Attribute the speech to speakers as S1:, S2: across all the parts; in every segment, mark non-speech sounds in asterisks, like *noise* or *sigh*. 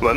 S1: 文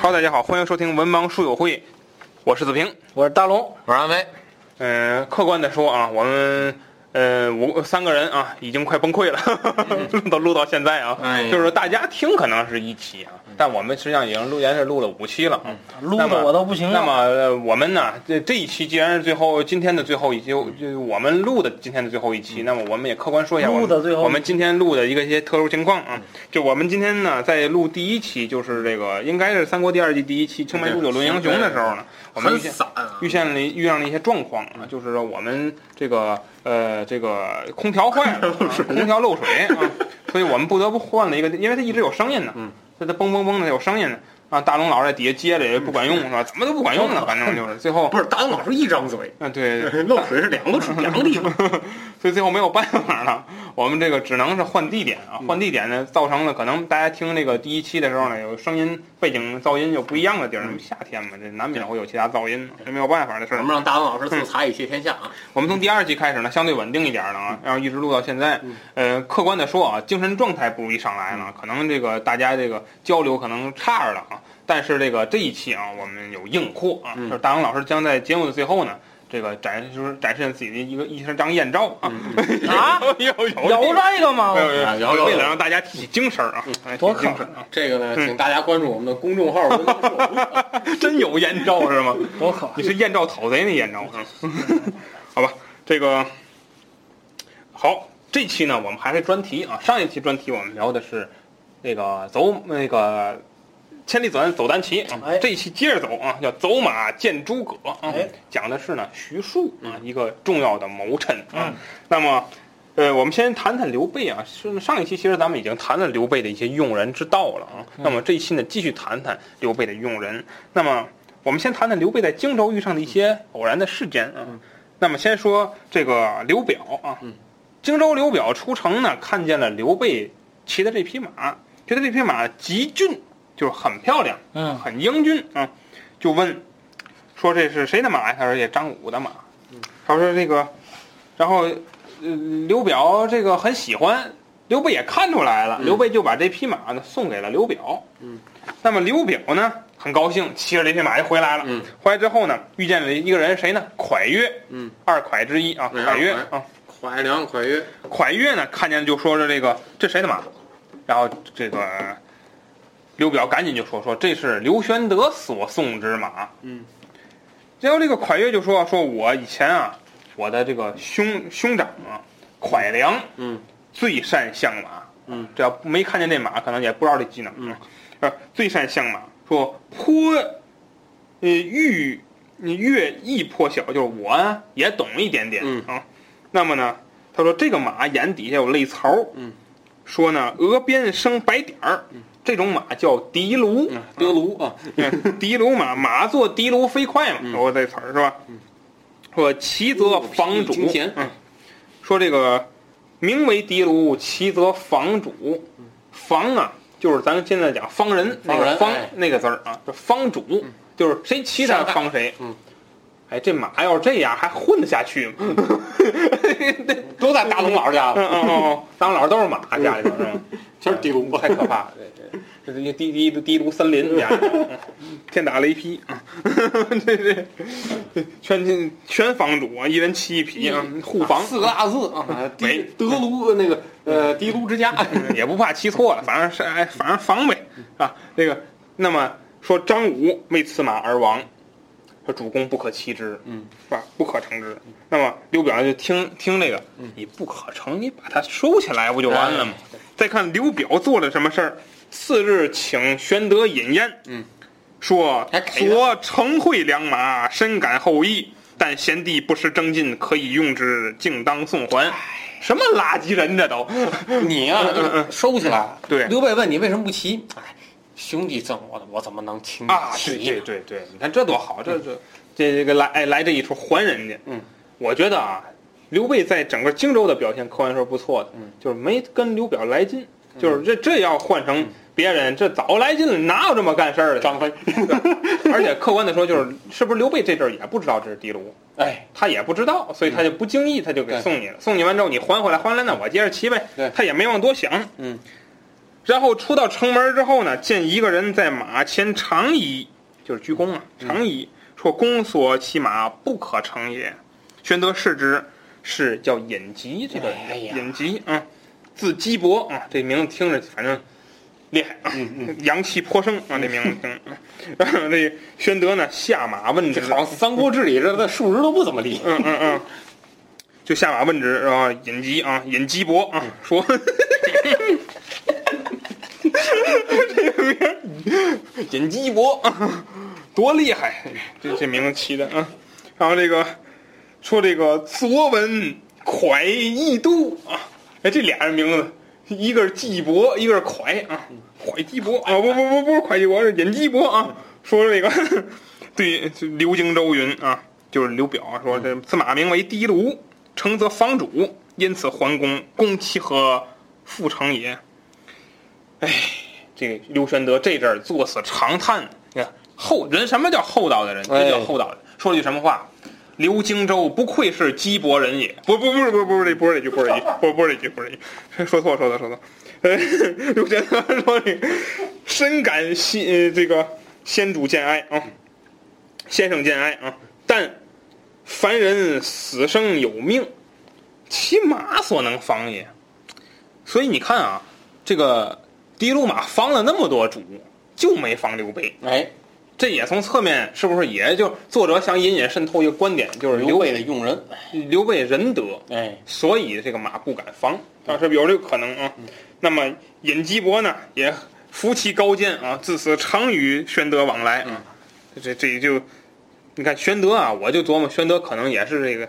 S1: Hello，大家好，欢迎收听文盲书友会，我是子平。
S2: 我是大龙，
S3: 我是安威，
S1: 嗯、客观的说啊，我们呃五三个人啊，已经快崩溃了，
S2: 嗯
S1: *laughs* 录到录到现在啊，
S3: 哎呀
S1: 就是说大家听可能是一期啊，
S2: 嗯
S1: 但我们实际上已经录连着录了五期了啊，
S2: 撸的
S1: 那么
S2: 嗯我都不行了
S1: 那么呃我们呢，这这一期既然是最后今天的最后一期，就我们录的今天的最后一期，那么我们也客观说一下我
S2: 嗯录的最
S1: 们
S2: 后一期嗯
S1: 我们今天录的一个一些特殊情况啊，就我们今天呢在录第一期，就是这个应该是三国第二季第一期《青梅
S3: 对
S1: 煮酒论英雄》的时候呢，哦我们
S3: 很
S1: 遇见
S3: 散啊。
S1: 遇见了遇上了一些状况啊，就是说我们这个呃这个空调坏了啊，空调漏水啊， *laughs* 所以我们不得不换了一个，因为它一直有声音呢，它它嘣嘣嘣的有声音呢啊，大龙老师在底下接着也不管用是吧？怎么都不管用 *laughs* 呢，反正就是最后
S3: 啊不是大龙老师一张嘴，
S1: 啊对，
S3: 漏水是两 *laughs* 个处两个地方。
S1: 所以最后没有办法了， *laughs* 我们这个只能是换地点啊，换地点呢，造成了可能大家听这个第一期的时候呢，有声音背景噪音有不一样的地儿，夏天嘛，这难免会有其他噪音，这没有办法的事
S3: 我
S1: 儿
S3: 们。让大龙老师自裁一切天下啊！
S1: 我们从第二季开始呢，相对稳定一点了啊，然后一直录到现在。呃，客观的说啊，精神状态不如一上来呢，可能这个大家这个交流可能差着了啊。但是这个这一期啊，我们有硬货啊，就是大王老师将在节目的最后呢，这个展就是展示自己的一个一身张艳照啊，
S2: 啊
S1: 有有有
S2: 有这个吗？
S1: 有有
S3: 啊有有
S1: 为了让大家提起精神儿啊，哎
S2: 多
S1: 提起精神儿啊，
S3: *laughs* 这个呢，请大家关注我们的公众号“文盲书友会
S1: 真有艳照是吗？
S2: 多可
S1: 你是燕赵讨贼那燕赵
S2: *laughs*
S1: 啊？好吧，这个好，这期呢我们还是专题啊。上一期专题我们聊的是那个走那个千里走单走单骑啊，
S2: 哎
S1: 这一期接着走啊，叫走马见诸葛啊，
S2: 哎
S1: 讲的是呢徐庶啊一个重要的谋臣啊。
S2: 嗯
S1: 那么呃，我们先谈谈刘备啊。是上一期其实咱们已经谈了刘备的一些用人之道了啊。
S2: 嗯
S1: 那么这一期呢，继续谈谈刘备的用人。那么我们先谈谈刘备在荆州遇上的一些偶然的事件啊。那么先说这个刘表啊，荆州刘表出城呢，看见了刘备骑的这匹马，觉得这匹马极俊，就是很漂亮，
S2: 嗯
S1: 很英俊啊，就问说这是谁的马呀？他说这张武的马。他说这个，然后呃，刘表这个很喜欢，刘备也看出来了，刘备就把这匹马呢送给了刘表。
S3: 嗯，
S1: 那么刘表呢很高兴，骑着这匹马就回来了。
S3: 嗯，
S1: 回来之后呢，遇见了一个人，谁呢？蒯越。
S3: *laughs* 嗯，
S1: 二蒯之一啊，
S3: 嗯
S1: 蒯越
S3: 二蒯
S1: 啊，”，
S3: 怀良、蒯越，
S1: 蒯越呢看见就说是这个这谁的马？然后这个刘表赶紧就说说这是刘玄德所送之马。
S3: 嗯，
S1: 然后这个蒯越就说说我以前啊，我的这个兄兄长啊，蒯良
S3: 嗯
S1: 最善相马。
S3: 嗯，
S1: 只要没看见这马，可能也不知道这技能。
S3: 嗯，
S1: 呃，最善相马，说颇，呃，欲越亦颇小，就是我啊也懂一点点。
S3: 嗯
S1: 啊，那么呢，他说这个马眼底下有泪槽。
S3: 嗯，
S1: 说呢额边生白点儿，这种马叫的卢。
S3: 嗯德卢啊，
S1: 嗯的卢马，马做的卢飞快嘛，
S3: 嗯
S1: 我这词儿是吧？说其则房主
S3: 金钱，
S1: 嗯，说这个名为的卢，其则房主，房啊，就是咱们现在讲方人，那
S3: 嗯方
S1: 个
S3: 人
S1: 方
S3: 哎嗯
S1: 那个字儿啊，这方主，就是谁骑他
S3: 上看
S1: 方谁。
S3: 嗯，
S1: 哎，这马要是这样还混得下去吗？
S3: 都在大龙老师家
S1: 嗯
S3: 了，
S1: 哦哦， *laughs* 当老师都是马家里头是吗？
S3: 全是啊地龙吧？
S1: 太可
S3: *laughs*
S1: 怕了，这这这是滴滴滴卢森林 *laughs* 家里头，嗯天打雷劈啊！ *laughs* 这这这全进全房主啊，一人骑一匹啊，护房
S3: 四个大字 *laughs* 啊，
S1: 没
S3: 地德卢那个呃，帝卢之 *laughs* 家。
S1: 也不怕骑错了，反正是哎，反正防呗啊。这个那么说张武为此马而亡，说主公不可欺之，
S3: 嗯，
S1: 是吧？不可乘之。那么刘表就听听这个，
S3: 嗯哎
S1: 你不可乘，你把它收起来不就完了吗？再看刘表做了什么事儿，次日请玄德饮宴。嗯，说
S3: 还给了
S1: 昨乘会良马，深感后益，但贤弟不识征进，可以用之，竟当送
S3: 哎
S1: 还。什么垃圾人这都，
S3: 你呀、收起来。
S1: 对
S3: 刘备问你为什么不骑？哎，兄弟赠我的，我怎么能轻易
S1: 啊，对
S3: 骑
S1: 对
S3: 呢？
S1: 对对，你看这多好，这这这这个来哎来这一出还人家。嗯，我觉得啊，刘备在整个荆州的表现，客观说不错的，嗯，就是没跟刘表来劲，就是这这要换成别人，这早来劲了，哪有这么干事儿的？
S3: 张飞，
S1: *laughs* 而且客观的说，就是是不是刘备这阵儿也不知道这是的卢，
S3: 哎，
S1: 他也不知道，所以他就不经意他就给
S3: 嗯对
S1: 送你了。送你完之后，你还回来，还回来那我接着骑呗
S3: 对。
S1: 他也没往多想。
S3: 嗯。
S1: 然后出到城门之后呢，见一个人在马前长揖，就是鞠躬啊，
S3: 嗯
S1: 长揖说：“公所骑马不可乘也。”玄德视之，是叫尹吉这个人，
S3: 哎呀
S1: 尹吉啊，字基伯啊，这名字听着反正厉害啊，
S3: 嗯
S1: 阳气颇盛啊，这名字听。 *laughs* 然后这玄德呢，下马问之，
S3: 这好像《三国志》里这的数值都不怎么厉害。
S1: 嗯嗯嗯，就下马问之，然后尹吉啊，尹吉伯啊，说，这个名儿
S2: 尹鸡伯，
S1: 多厉害，这这名字起的啊。然后这个说这个昨闻蒯易都啊，哎，这俩人名字，一个是季伯，一个是蒯啊，蒯季伯啊，不不不不是蒯季伯，是尹季伯啊。说这个对就刘荆州云啊，就是刘表啊，说这此马名为的卢，诚则房主，因此还公，公其何复成也？哎这个刘玄德这阵儿作死长叹，你看厚人什么叫厚道的人？这叫厚道人。说了句什么话？刘荆州不愧是鸡伯人也。不不不是不是不是不是这不是这句不是这句不不是这句不是这句，说错说错说错。呃，刘玄德说这个深感先呃这个先主见哀啊，先生见哀啊，但凡人死生有命，其马所能防也。所以你看啊，这个的卢马防了那么多主，就没防刘备。
S3: 哎，
S1: 这也从侧面是不是也就作者想隐隐渗透一个观点，就是刘嗯
S3: 刘备的用人，
S1: 刘备仁德，
S3: 哎，
S1: 所以这个马不敢防啊，是不是有这个可能啊？那么尹基伯呢，也服其高见啊，自此常与玄德往来啊。这这也就你看玄德啊，我就琢磨玄德可能也是这个。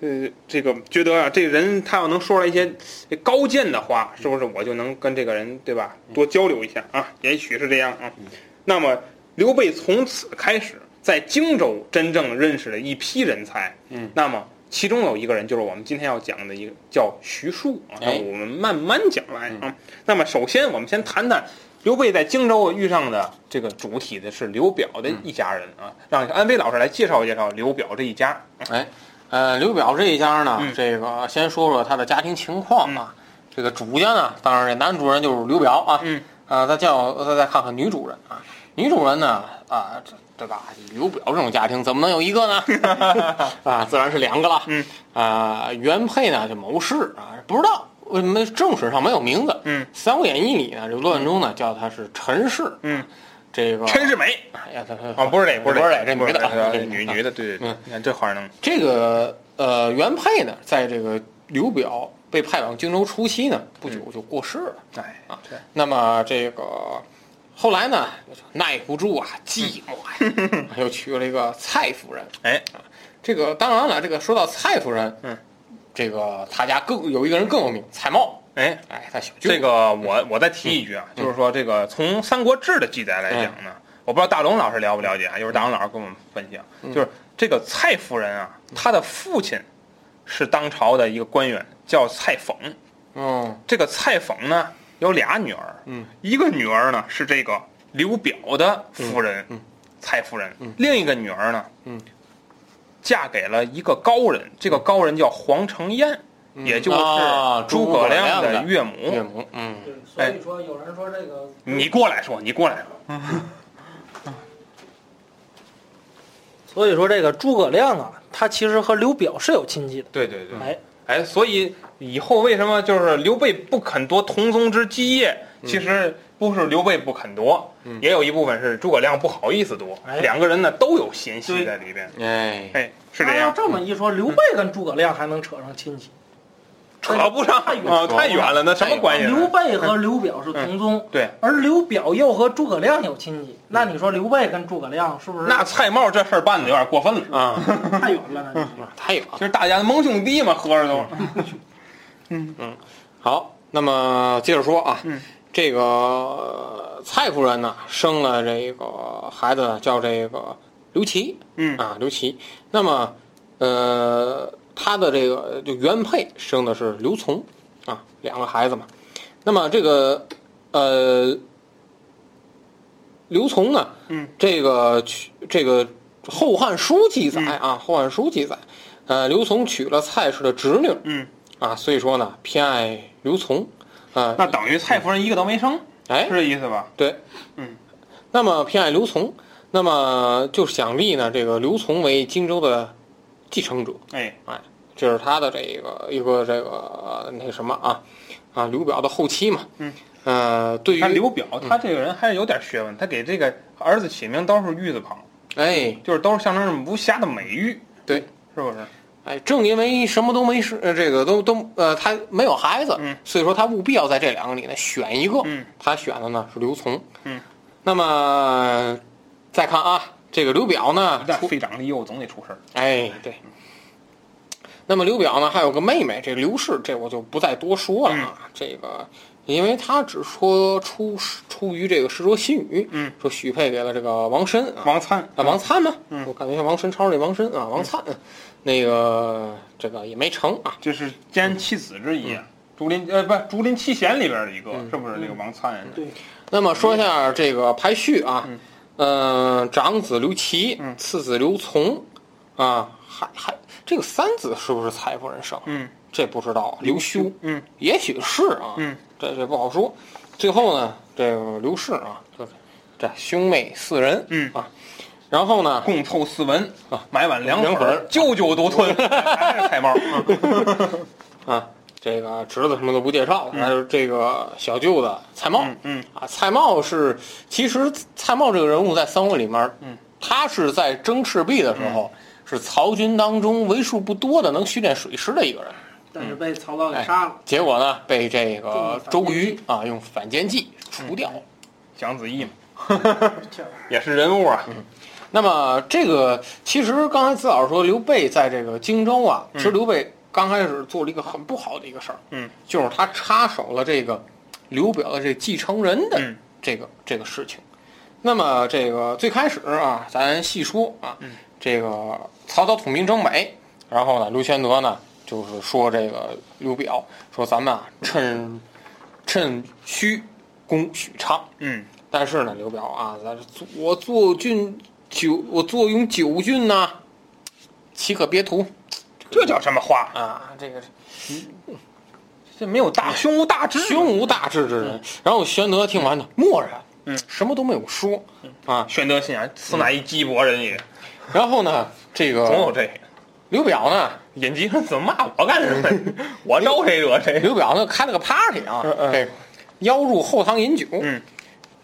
S1: 呃，这个觉得啊，这个人他要能说出来一些这高见的话，是不是我就能跟这个人对吧多交流一下啊？也许是这样啊。那么刘备从此开始在荆州真正认识了一批人才，嗯，那么其中有一个人就是我们今天要讲的一个叫徐庶啊，那
S3: 哎
S1: 我们慢慢讲来啊。那么首先我们先谈谈。刘备在荆州遇上的这个主体的是刘表的一家人啊，让安威老师来介绍介绍刘表这一家。
S3: 哎，呃，刘表这一家呢，
S1: 嗯
S3: 这个先说说他的家庭情况啊。这个主家呢，当然这男主人就是刘表啊。
S1: 嗯。
S3: 啊、再叫再再看看女主人啊，女主人呢，啊，这对吧？刘表这种家庭怎么能有一个呢？ *laughs* 啊，自然是两个了。
S1: 嗯。
S3: 啊，原配呢就谋士啊，不知道为什么正史上没有名字。
S1: 嗯
S3: 《三国演义》里呢，这罗贯中呢叫他是陈氏。啊
S1: 嗯。
S3: 这个。
S1: 陈世美
S3: 哎呀，他
S1: 啊，不是这，
S3: 不
S1: 是
S3: 是这，这
S1: 不
S3: 女
S1: 是
S3: 的啊，
S1: 这
S3: 这
S1: 女女的，对对对
S3: 嗯，
S1: 你看这花儿弄，
S3: 这个呃，原配呢，在这个刘表被派往荆州初期呢，不
S1: 嗯
S3: 久就过世了。
S1: 哎，这
S3: 那么这个后来呢，耐不住啊寂寞
S1: *laughs*
S3: 呀、又娶了一个蔡夫人。
S1: 哎，
S3: 这个当然了，这个说到蔡夫人，
S1: 嗯，
S3: 这个他家更有一个人更有名，蔡瑁。
S1: 哎，
S3: 哎，他小舅
S1: 这个我我再提一句啊，
S3: 嗯
S1: 就是说这个从《三国志》的记载来讲呢，我不知道大龙老师了不了解啊，一会儿大龙老师跟我们分享，
S3: 嗯
S1: 就是这个蔡夫人啊，她的父亲是当朝的一个官员，叫蔡讽。
S3: 嗯，
S1: 这个蔡讽呢有俩女儿，
S3: 嗯，
S1: 一个女儿呢是这个刘表的夫人，嗯，蔡夫人，另一个女儿呢，
S3: 嗯，
S1: 嫁给了一个高人，这个高人叫黄承彦，也就是
S3: 啊
S1: 诸
S3: 诸葛
S1: 葛亮
S3: 亮的
S1: 岳母。
S3: 岳母，嗯，
S1: 哦
S4: 对，所以说有人说这个
S1: 你过来说，你过来说，
S4: 所以说这个诸葛亮啊，他其实和刘表是有亲戚的。
S1: 对对对，
S4: 哎，
S1: 哎，所以以后为什么就是刘备不肯夺同宗之基业？其实不是刘备不肯夺，也有一部分是诸葛亮不好意思夺。
S4: 哎
S1: 两个人呢都有嫌隙在里边。
S3: 哎，
S1: 哎，是这
S4: 那要
S1: 样。
S4: 这么一说，刘备跟诸葛亮还能扯上亲戚，
S1: 扯不上
S4: 太远
S1: 啊，太远了，那什么关系啊呢？嗯
S4: 刘备和刘表是同宗，
S1: 对，
S4: 而刘表又和诸葛亮有亲戚，那你说刘备跟诸葛亮是不是
S1: 嗯那蔡瑁这事儿办的有点过分了啊！ *laughs*
S4: 太远了呢？
S1: 嗯
S3: 太远了。
S1: 就是大家盟兄弟嘛，合着都。
S3: 好，那么接着说啊，
S1: 嗯
S3: 这个呃蔡夫人呢，生了这个孩子呢，叫这个刘琦，
S1: 嗯
S3: 啊，刘琦。那么，呃，她的这个就原配生的是刘琮，啊，两个孩子嘛。那么这个，呃，刘琮呢，
S1: 嗯，
S3: 这个娶这个《后汉书》记载
S1: 嗯
S3: 啊，后汉书》记载，呃，刘琮娶了蔡氏的侄女，
S1: 嗯
S3: 啊，所以说呢，偏爱刘琮，啊、
S1: *laughs* 那等于蔡夫人一个都没生，
S3: 哎
S1: 是，这意思吧？
S3: 对，
S1: 嗯，
S3: 那么偏爱刘琮，那么就想立呢这个刘琮为荆州的继承者，
S1: 哎，
S3: 哎，这是他的这个一个这个呃那什么啊啊刘表的后期嘛，
S1: 嗯，
S3: 呃，对于
S1: 看刘表，他这个人还是有点学问，他给这个儿子起名都是玉字旁，
S3: 哎
S1: 就是都是象征着无瑕的美玉，
S3: 对，
S1: 是不是？
S3: 哎，正因为什么都没是呃这个都都呃他没有孩子，
S1: 嗯
S3: 所以说他务必要在这两个里呢选一个，
S1: 嗯
S3: 他选的呢是刘琮，
S1: 嗯，
S3: 那么再看啊，这个刘表呢，
S1: 但
S3: 除
S1: 废长立幼总得出事儿。
S3: 哎，对。那么刘表呢，还有个妹妹，这刘氏，这我就不再多说了啊。
S1: 嗯
S3: 这个，因为他只说出出于这个《世说新语》，
S1: 嗯，
S3: 说许配给了这个王申啊，
S1: 王嗯粲
S3: 啊，王粲嘛，我感觉像王申超那王申啊，王粲，那个这个也没成啊。
S1: 就是兼妻子之一，竹林呃不是竹林七贤里边的一个，是不是？那个王粲，
S4: 对，
S3: 那么说一下这个排序啊，嗯、长子刘琦，
S1: 嗯
S3: 次子刘琮，啊，还还这个三子是不是蔡夫人生？
S1: 嗯，
S3: 这不知道，刘修，
S1: 嗯，
S3: 也许是啊，
S1: 嗯，
S3: 这这不好说。最后呢，这个刘氏啊，这这兄妹四人，
S1: 嗯
S3: 啊，然后呢，
S1: 共凑四文
S3: 啊，
S1: 买碗凉
S3: 凉粉
S1: 粉
S3: 儿
S1: 儿，舅舅独吞，还是菜嗯猫。
S3: 啊，这个侄子什么都不介绍了，还有这个小舅子蔡瑁，
S1: 嗯嗯
S3: 啊，蔡瑁是其实蔡瑁这个人物在三国里面，嗯，他是在争赤壁的时候、是曹军当中为数不多的能训练水师的一个人，
S4: 但是被曹操给
S3: 哎
S4: 杀了，，
S3: 结果呢被这个周
S4: 用反间
S3: 瑜啊用反间计除掉。
S1: 蒋子义嘛，
S4: 这样
S1: 也是人物啊。
S3: 那么这个其实刚才子老师说刘备在这个荆州啊，其实刘备刚开始做了一个很不好的一个事儿，
S1: 嗯，
S3: 就是他插手了这个刘表的这继承人的
S1: 嗯
S3: 这个、这个事情。那么这个最开始啊，咱细说啊，
S1: 嗯
S3: 这个曹操统兵征北，然后呢，刘玄德呢就是说这个刘表说咱们啊趁趁虚攻许昌，
S1: 嗯
S3: 但是呢，刘表啊，咱坐我坐郡久，我坐拥九郡呐、岂可别图
S1: 这叫什么话？
S3: 啊？这个
S1: 这没有大胸无大志，
S3: 胸无大志之人。然后玄德听完呢，默然，
S1: 嗯，
S3: 什么都没有说啊。
S1: 玄德心啊，此乃一鸡脖人也。
S3: 然后呢，这
S1: 总有
S3: 个
S1: 这个
S3: 刘表呢，
S1: 尹吉说怎么骂我干什 *laughs* 么？我招谁惹谁？
S3: 刘表呢开了个 party 啊，
S1: 嗯嗯
S3: 这个邀入后堂饮酒，
S1: 嗯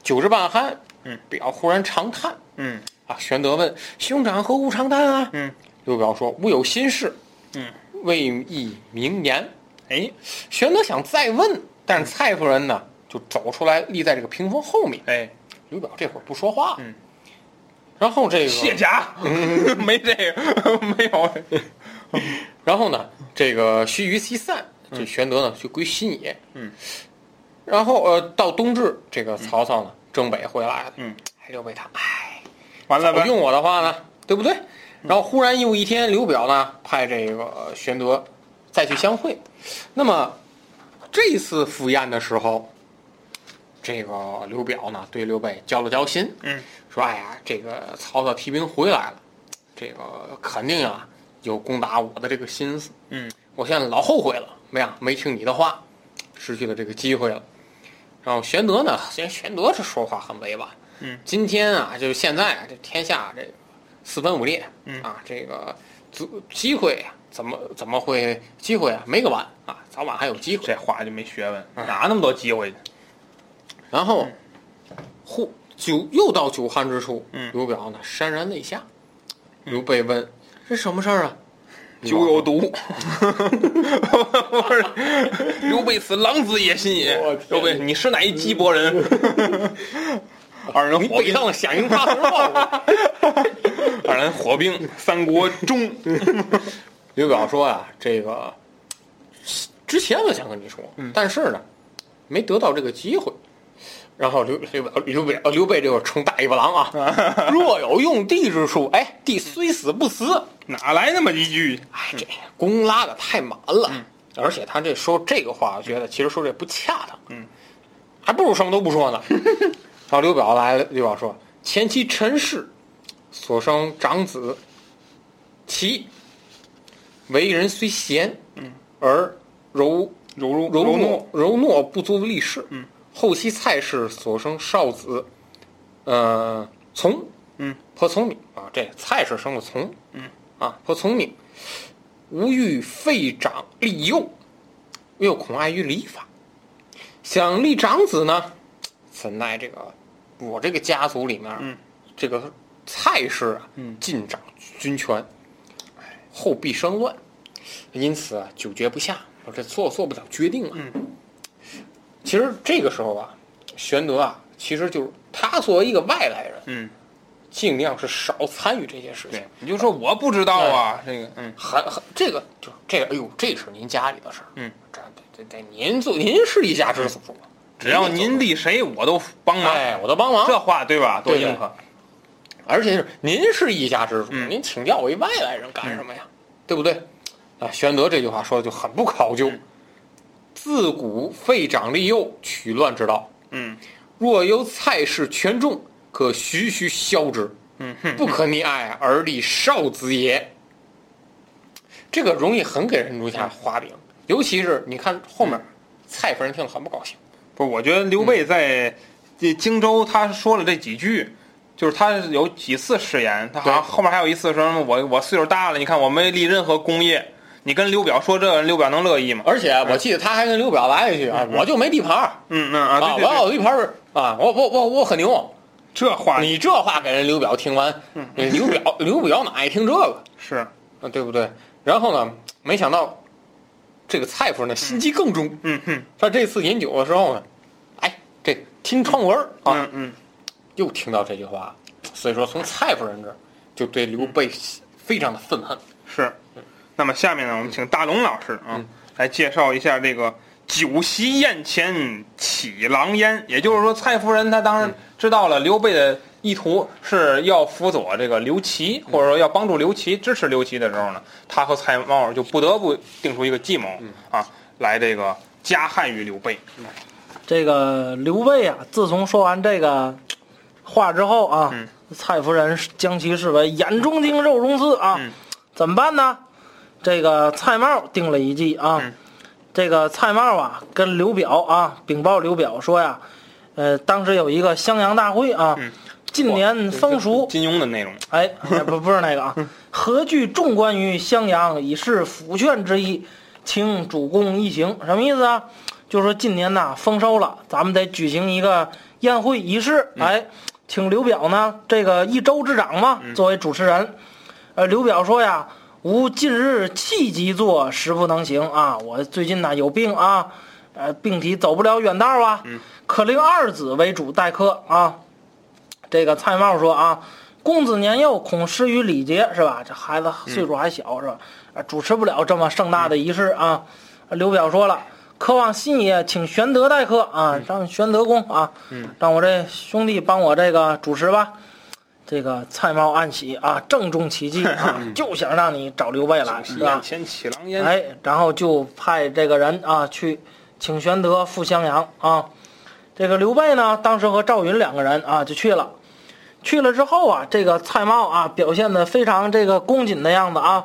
S3: 酒至半酣，
S1: 嗯，
S3: 表忽然长叹
S1: 嗯
S3: 啊。玄德问兄长何故长叹啊？
S1: 嗯
S3: 刘表说吾有心事，
S1: 嗯，
S3: 未易明言。
S1: 哎
S3: 玄德想再问，但
S1: 嗯
S3: 是蔡夫人呢就走出来，立在这个屏风后面。
S1: 哎，
S3: 刘表这会儿不说话，
S1: 嗯，
S3: 然后这
S1: 卸
S3: 个，
S1: 甲， *laughs* 没这个，没有。
S3: 然后呢，这个须臾西散，这玄德呢就归新野，
S1: 嗯，
S3: 然后呃到冬至，这个曹操呢征北回来了，
S1: 嗯，
S3: 哎刘备他哎，
S1: 完了吧
S3: 我？用我的话呢，对不对？然后忽然又一天，刘表呢派这个呃玄德再去相会。那么这次赴宴的时候，这个刘表呢对刘备交了交心，
S1: 嗯，
S3: 说：“哎呀，这个曹操提兵回来了，这个肯定啊有攻打我的这个心思。
S1: 嗯，
S3: 我现在老后悔了，没呀，没听你的话，失去了这个机会了。”然后玄德呢，虽然玄德是说话很委婉，
S1: 嗯，
S3: 今天啊，就是现在啊，这天下这个四分五裂，
S1: 嗯
S3: 啊，这个足机会啊，怎么怎么会机会啊？没个晚啊，早晚还有机会。
S1: 这话就没学问，哪那么多机会去？
S3: 然后，
S1: 嗯
S3: 忽久又到久旱之处，
S1: 嗯
S3: 刘表呢潸然泪下。刘备问：“这什么事儿啊？”
S1: 酒有 *laughs* 毒，不是刘备死狼子野心也
S3: 我天。
S1: 刘备，你是哪一鸡脖 *laughs* 人？二人火
S3: 北
S1: 并，
S3: 上响应大
S1: *laughs*
S3: 炮。
S1: 二人火并三国中。
S3: 刘表说啊，这个之前我想跟你说，
S1: 嗯
S3: 但是呢，没得到这个机会。然后刘刘表刘表刘备这会儿充大尾巴
S1: *laughs*
S3: 狼啊，若有用地之处，哎，地虽死不辞。
S1: 哪来那么一句？
S3: 哎，这弓拉的太满了，而且他这说这个话，我觉得其实说这不恰当，嗯，还不如什么都不说 *laughs* 呢。然后刘表来了，刘表说：“前妻陈氏所生长子齐，为人虽贤，嗯，而柔
S1: 柔如
S3: 柔
S1: 如
S3: 懦柔懦不足为立事，嗯，后妻蔡氏所生少子，呃，从，
S1: 嗯，
S3: 颇从敏啊，这蔡氏生了从，嗯，啊，颇从敏，吾欲废长立幼，又恐碍于礼法，想立长子呢，怎奈这个我这个家族里面，嗯，这个蔡氏啊，嗯，尽掌军权，哎后必生乱，因此啊，久决不下，我这做做不了决定啊。
S1: 嗯
S3: 其实这个时候啊，玄德啊，其实就是他作为一个外来人，
S1: 嗯，
S3: 尽量是少参与这些事情
S1: 对。，你就说我不知道啊，这个嗯，
S3: 还还这个就这个，哎呦，这是您家里的事儿，
S1: 嗯，
S3: 这这这您做您是一家之主，
S1: 只要您立谁，我都帮忙。
S3: 哎，我都帮忙，
S1: 这话对吧？多
S3: 对对
S1: 硬核。
S3: 而且是您是一家之主，
S1: 嗯
S3: 您请教我一外来人干什么呀？对不对？啊，玄德这句话说的就很不考
S1: 嗯
S3: 究。自古废长立幼，取乱之道。
S1: 嗯
S3: 若由蔡氏权重，可徐徐消之，
S1: 嗯哼，
S3: 不可溺爱而立少子也。这个容易很给人留下花饼，尤其是你看后
S1: 嗯
S3: 面，蔡夫人听了很不高兴。
S1: 不是，我觉得刘备在这荆州，他说了这几句，就是他有几次誓言，他好像
S3: 对
S1: 后面还有一次说什么我我岁数大了，你看我没立任何功业，你跟刘表说这，刘表能乐意吗？
S3: 而且啊我记得他还跟刘表来了一句啊：“我就没地盘儿
S1: 嗯嗯啊，
S3: 啊，
S1: 对
S3: 我
S1: 对对，
S3: 有地盘儿啊，我我我我很牛。”
S1: 这话
S3: 你这话给人刘表听完，
S1: 嗯
S3: 刘表 *laughs* 刘表哪爱听这个
S1: 是
S3: 啊，对不对？然后呢，没想到这个蔡夫人呢心机更重，
S1: 嗯哼
S3: 她这次饮酒的时候呢，哎，这听窗文儿啊，
S1: 嗯嗯
S3: 又听到这句话，所以说从蔡夫人这儿就对刘备非常的愤恨。
S1: 是。那么下面呢，我们请大龙老师
S4: 嗯
S1: 啊来介绍一下这个。酒席宴前起狼烟，也就是
S4: 嗯
S1: 说，蔡夫人她当然知道了刘备的意图是要辅佐这个刘琦，
S4: 嗯
S1: 或者说要帮助刘琦、支持刘琦的时候呢，他和蔡瑁就不得不定出一个计谋
S4: 嗯
S1: 啊，来这个加害于刘备。
S4: 这个刘备啊，自从说完这个话之后啊，
S1: 嗯
S4: 蔡夫人将其视为眼中钉、肉中刺啊，
S1: 嗯
S4: 怎么办呢？这个蔡瑁定了一计啊，
S1: 嗯
S4: 这个蔡瑁啊跟刘表啊禀报刘表说呀，呃，当时有一个襄阳大会啊，
S1: 嗯
S4: 近年风俗
S1: 金庸的内容，
S4: 哎，哎不不是那个啊，何惧众官于襄阳，以示抚劝之意，请主公一行。什么意思啊？就是说今年呐丰收了，咱们得举行一个宴会仪式。哎，请刘表呢这个一州之长嘛作为主持人。呃，刘表说呀，吾近日气急坐，实不能行啊，我最近呐有病啊，呃，病体走不了远道啊，可令二子为主待客啊。这个蔡瑁说啊，公子年幼，恐失于礼节，是吧？这孩子岁数还小，是吧？啊，主持不了这么盛大的仪式啊。刘表说了，渴望新爷，请玄德待客啊，让玄德公啊，让我这兄弟帮我这个主持吧。这个蔡瑁暗喜啊，正中其计 *laughs* 啊，就想让你找刘备来，
S1: 酒
S4: 是
S1: 席
S4: 啊吧
S1: 宴？前起狼烟，
S4: 哎，然后就派这个人啊去请玄德赴襄阳啊。这个刘备呢，当时和赵云两个人啊就去了。去了之后啊，这个蔡瑁啊表现的非常这个恭谨的样子啊，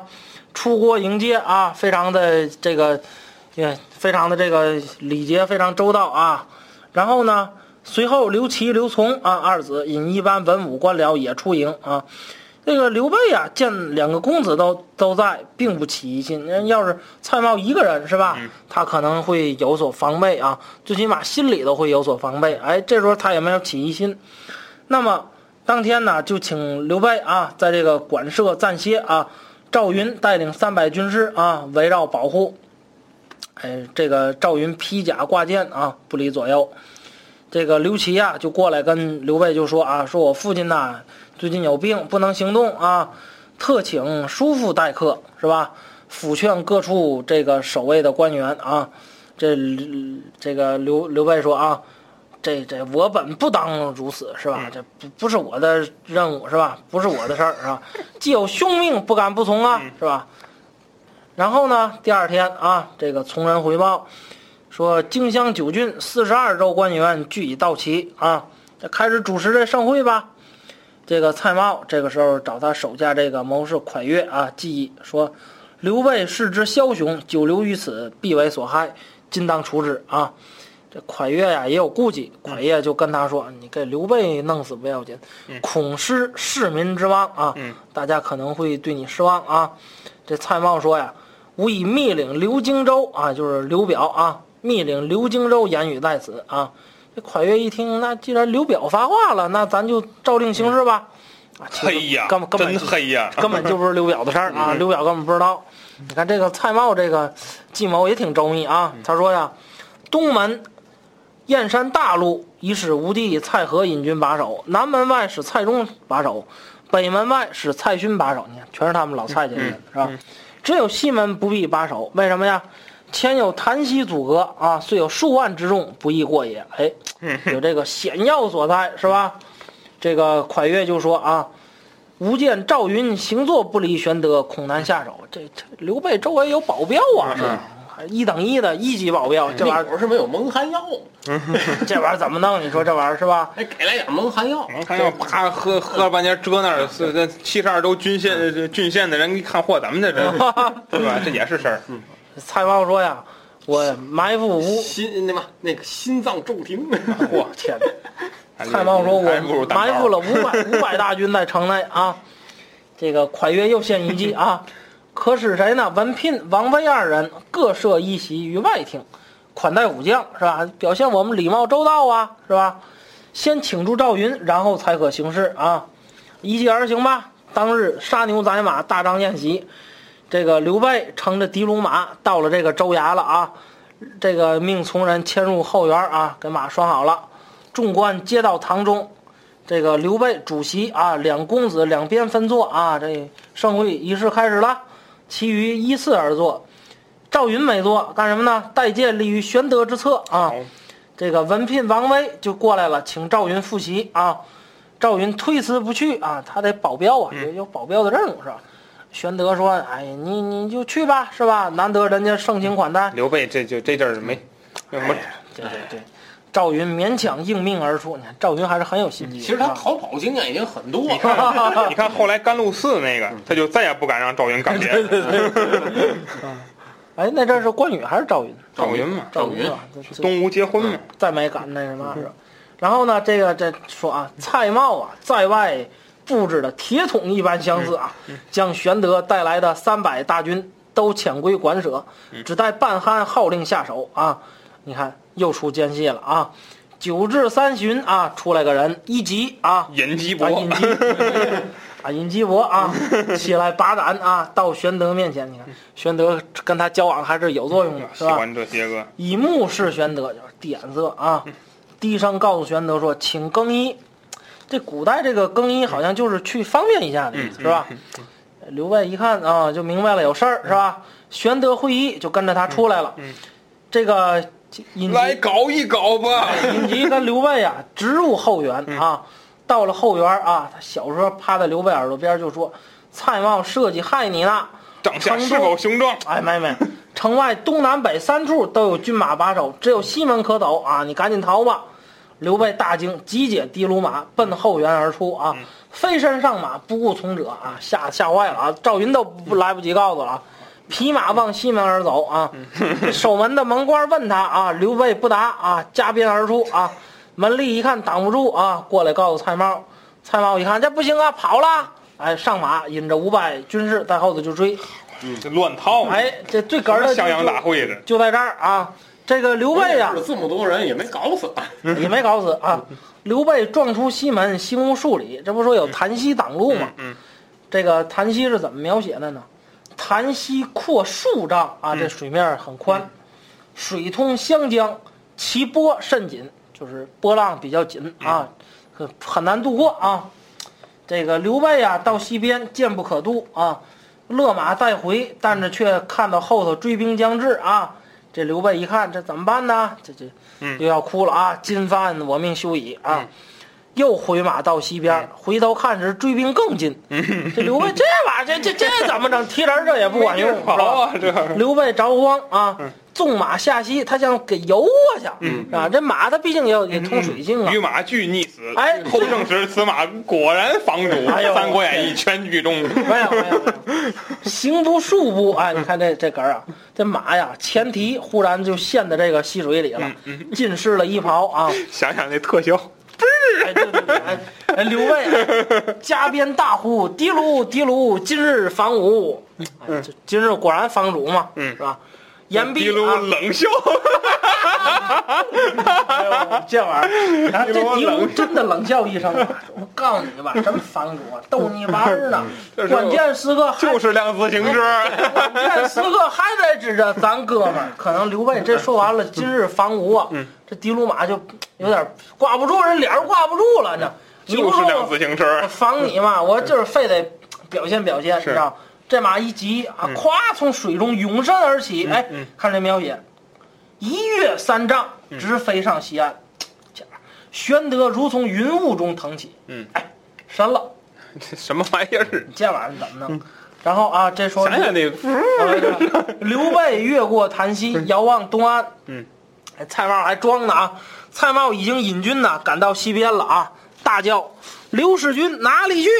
S4: 出国迎接啊，非常的这个，也非常的这个礼节非常周到啊。然后呢，随后刘琦、刘琮啊二子引一班文武官僚也出营啊。这个刘备啊，见两个公子都都在，并不起疑心。人要是蔡瑁一个人是吧，他可能会有所防备啊，最起码心里头会有所防备。哎，这时候他也没有起疑心。那么当天呢，就请刘备啊，在这个馆舍暂歇啊，赵云带领三百军师啊，围绕保护。哎，这个赵云披甲挂剑啊，不离左右。这个刘琦呀、就过来跟刘备就说啊，说我父亲呐、最近有病，不能行动啊，特请叔父待客，是吧？抚劝各处这个守卫的官员啊。这这个刘刘备说啊，这这我本不当如此，是吧？这不不是我的任务，是吧？不是我的事儿，是吧？既有兄命，不敢不从啊，是吧？然后呢，第二天啊，这个从人回报说，荆襄九郡四十二州官员俱已到齐啊，这开始主持这盛会吧。这个蔡瑁这个时候找他手下这个谋士蒯越啊，记忆说，刘备是之枭雄，久留于此，必为所害，今当处之啊。这蒯越呀也有顾忌，蒯越就跟他说：“你给刘备弄死不要紧，恐失市民之望啊，大家可能会对你失望啊。”这蔡瑁说呀：“吾已密领刘荆州啊，就是刘表啊，密领刘荆州言语在此啊。”这蒯越一听，那既然刘表发话了，那咱就照令行事吧。啊，其实
S1: 黑哎呀，
S4: 根本根本
S1: 真黑呀，
S4: 根本就不是刘表的事儿啊，刘表根本不知道。你看这个蔡瑁这个计谋也挺周密啊，他说呀，东门燕山大路以使吴地蔡和引军把守，南门外使蔡中把守，北门外使蔡勋把守。你看，全是他们老蔡家人，是吧？只有西门不必把守，为什么呀？前有檀溪阻隔啊，虽有数万之众，不易过也。哎，有这个险要所在，是吧？这个蒯越就说啊，吾见赵云行坐不离玄德，恐难下手。这这刘备周围有保镖啊，是吧还一等一的一级保镖，这玩
S3: 那 *laughs*
S4: 意
S3: 会
S4: 儿
S3: 儿是没有蒙汗药，
S4: 这玩意儿怎么弄？你说这玩意儿是吧？
S3: 哎，给了点蒙汗药，
S1: 看要啪喝喝了半天，遮那儿是这七十二州郡县呃这郡县的人一看，嚯，咱们这这
S4: 嗯
S1: 对吧？这也是事儿。
S4: 蔡瑁说呀，我埋伏
S3: *laughs*
S4: 吴，
S3: 心那嘛那个心脏骤停，
S4: 我天哪！
S1: 还是
S4: 蔡瑁说：“
S1: 还是不如
S4: 我
S1: 单
S4: 埋
S1: 刀
S4: 伏
S1: *laughs*
S4: 了五百五百大军在城内啊，这个蒯越又献一计啊，可使谁呢？文聘、王威二人各设一席于外厅，款待武将，是吧？表现我们礼貌周到啊，是吧？先请住赵云，然后才可行事啊。依计而行吧。当日杀牛宰马，大张宴席。这个刘备乘着的卢马到了这个州衙了啊，这个命从人牵入后园啊，给马拴好了。”众官接到堂中，这个刘备主席啊，两公子两边分坐啊，这盛会仪式开始了，其余依次而坐。赵云没坐，干什么呢？待见立于玄德之侧啊。这个文聘王威就过来了，请赵云复习啊。赵云推辞不去啊，他得保镖啊，
S3: 嗯
S4: 有有保镖的任务是吧？玄德说：“哎，你你就去吧，是吧？难得人家盛情款
S3: 嗯
S4: 待，
S1: 刘备这就这阵儿没没
S4: 哎
S1: 什么
S4: 对对对。”赵云勉强应命而出，你看赵云还是很有心机的。
S3: 其实他
S4: 啊
S3: 逃跑经验已经很多
S1: 你
S3: 了，
S1: 看你看后来甘露寺那
S4: 嗯
S1: 个，他就再也不敢让赵云干别的。
S4: 哎，那阵儿是关羽还是赵云？啊
S1: 赵云嘛，
S3: 赵云
S4: 是吧？这这
S1: 东吴结婚嘛，
S4: 再没敢那什么是吧？然后呢，这个这说啊，蔡瑁啊，在外布置的铁桶一般相似啊，将玄德带来的三百大军都遣归馆舍，只待半酣号令下手啊。你看，又出奸细了啊！九至三旬啊，出来个人一急啊，
S1: 尹
S4: *laughs*
S1: 基
S4: 啊，
S1: 伯
S4: 尹，基啊，尹基伯啊，起来拔胆啊，到玄德面前，你看玄德跟他交往还是有作用的，
S1: 喜
S4: 是吧？
S1: 欢这些个。
S4: 以目视玄德，就是点色啊。低声告诉玄德说：“请更衣。”这古代这个更衣好像就是去方便一下的
S1: 嗯
S4: 意思，是吧？刘备一看啊，就明白了有事儿，是吧？玄德会衣就跟着他出来了。这个尹
S1: 嗯来
S4: 吉
S1: 搞一搞吧，
S4: 尹吉跟刘备啊，直入后园啊。到了后园啊，他小时候趴在刘备耳朵边就说：“蔡瑁设计害你呢。”
S1: 帐下是否雄壮？
S4: 哎，妹妹，城外东南北三处都有军马把守，只有西门可走啊！你赶紧逃吧！刘备大惊，急解的卢马，奔后园而出啊！飞身上马，不顾从者啊！吓吓坏了啊！赵云都不来不及告诉了啊！匹马往西门而走啊！守门的门官问他啊，刘备不答啊，加鞭而出啊！门吏一看挡不住啊，过来告诉蔡瑁。蔡瑁一看这不行啊，跑了！哎，上马引着五百军士在后头就追。
S1: 这乱套，
S4: 哎，这最哏儿的就
S1: 襄阳大会的，
S4: 就在这儿啊。这个刘备呀、
S3: 是这么多人也没搞死他，
S4: 也没搞死啊。刘备撞出西门，
S1: 嗯
S4: 行无数里，这不说有檀溪挡路吗？这个檀溪是怎么描写的呢？潭溪阔数丈啊，
S1: 嗯
S4: 这水面很宽，水通湘江，其波甚紧，就是波浪比较紧啊，很很难渡过啊。这个刘备呀、到西边见不可渡啊，勒马再回，但是却看到后头追兵将至啊。这刘备一看，这怎么办呢？这这又要哭了啊！今番我命休矣啊！又回马到西边，回头看时追兵更近。这刘备这玩意儿，这这这怎么整？提篮这也不管用，是吧？
S1: 啊，这
S4: 刘备着慌啊，纵马下西，他想给游过去、啊。这马它毕竟也有也通水性啊
S1: 与。马俱溺死。
S4: 哎
S1: 后证实此马果然房主，
S4: 哎呦哎
S1: 《三国演义》全剧终。
S4: 没有没有，没有，行不数步啊！你看这这杆儿啊，这马呀，前蹄忽然就陷在这个溪水里了，浸湿了衣袍啊！
S1: 想想那特效，
S4: 哎，对对对，哎哎，刘备加鞭大呼：“的卢，的卢，今日防吾！”哎，这今日果然防主嘛，
S1: 嗯
S4: 是吧？言必
S1: 一路
S4: 啊，
S1: 冷笑，
S4: 哎呦这玩意儿，然后这
S1: 一
S4: 狄
S1: 路
S4: 卢
S1: 冷
S4: 真的冷笑一声，我告诉你吧，真防主，逗你玩儿 *laughs* 呢
S1: 这。是我
S4: 关键时刻还 *laughs*
S1: 就是辆自行车。
S4: 关键时刻还得指着咱哥们儿。可能刘备这说完了，今日防吾啊，这的卢马就有点挂不住，人脸儿挂不住了呢。你不
S1: 就
S4: 说
S1: 是
S4: 我
S1: 辆自行车
S4: 我，防你嘛，我就是非得表现表现，你知道？这马一急啊，咵从水中涌身而起，哎，看这描写，一跃三丈，直飞上西岸，这玩意儿玄德如从云雾中腾起，
S1: 嗯，
S4: 哎，神了，
S1: 这什么玩意儿？
S4: 这玩意儿怎么弄？然后啊，这说
S1: 想想那，
S4: 啊刘备越过檀溪，遥望东安。
S1: 嗯
S4: 哎，蔡瑁还装呢啊！蔡瑁已经引军呐，赶到西边了啊！大叫：“刘使君哪里去？”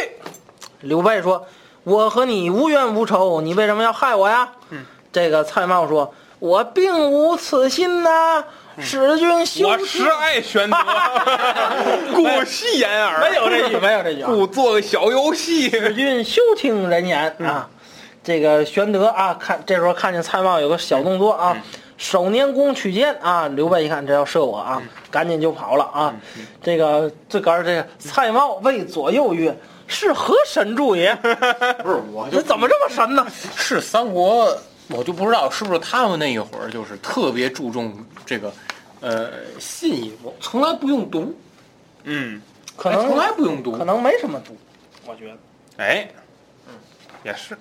S4: 刘备说：“我和你无冤无仇，你为什么要害我呀？”嗯，这个蔡瑁说：“我并无此心呐、使君休
S1: 我
S4: 听
S1: 实爱玄
S4: *laughs*
S1: 德，故戏言耳。
S4: 没有这嗯句，没有这句、啊。
S1: 故做个小游戏。
S4: 使君休听人言
S3: 嗯
S4: 啊！这个玄德啊，看这时候看见蔡瑁有个小动作
S3: 嗯
S4: 啊，手拈弓取箭啊，刘备一看这要射我
S3: 嗯
S4: 啊，赶紧就跑了啊！这个最高是这个蔡瑁谓左右曰：“是何神助
S3: *laughs*
S4: 也？”
S3: *laughs* 不是我
S4: 这怎么这么神呢？
S3: 是三国，我就不知道是不是他们那一会儿就是特别注重这个，呃，信义，我从来不用读，哎
S1: 嗯，
S4: 可能
S3: 从来不用读
S4: 可，能没什么毒，我觉得。
S1: 哎，也是，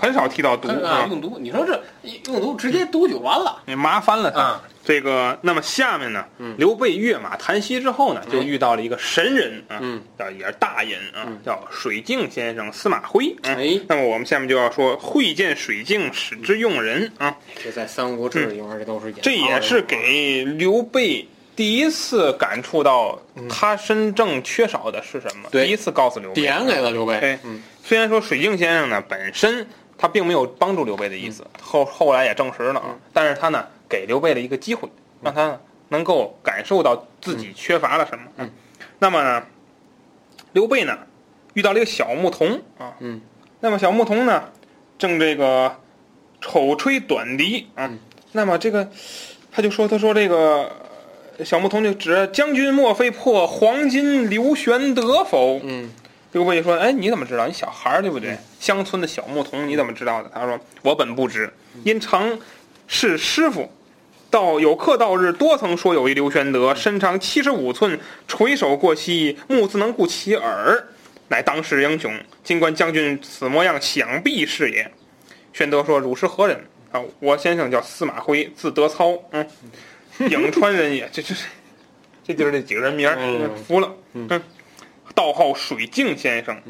S1: 很少提到毒
S3: 嗯
S1: 啊
S3: 啊，用读，你说这一用读直接读就完了，
S1: 你哎麻烦了他。
S3: 啊
S1: 这个，那么下面呢，
S3: 嗯
S1: 刘备跃马檀溪之后呢，就遇到了一个神人啊，
S3: 嗯
S1: 叫也是大人啊，叫水镜先生司马徽。啊
S3: 哎
S1: 那么我们下面就要说会见水镜，使之用人啊，
S3: 这在《三国志》里面这都是
S1: 这
S3: 演
S1: 也
S3: 的
S1: 是给刘备。第一次感触到他身正缺少的是什么？
S3: 嗯对
S1: 第一次告诉刘备，
S3: 点给了嗯刘备
S1: 对，，虽然说水镜先生呢本身他并没有帮助刘备的意思，后后来也证实了啊，但是他呢给刘备了一个机会，让他呢能够感受到自己缺乏了什么。嗯，那么呢，刘备呢遇到了一个小牧童啊，
S3: 嗯，
S1: 那么小牧童呢正这个口吹短笛啊，那么这个他就说，他说这个。呃小牧童就指着将军，莫非破黄金刘玄德否？
S3: 嗯，
S1: 刘备说：“哎，你怎么知道？你小孩儿对不对？乡村的小牧童，你怎么知道的？”他说：“我本不知，因常是师傅。”到有客到日，多曾说有一刘玄德，身长七十五寸，垂手过膝，目自能顾其耳，乃当世英雄。今观将军此模样，想必是也。玄德说：“汝是何人？”啊，我先生叫司马徽，字德操，嗯，颍川人也。这这这就是这几个人名儿，
S3: 嗯
S1: 服了。嗯，道号水镜先生，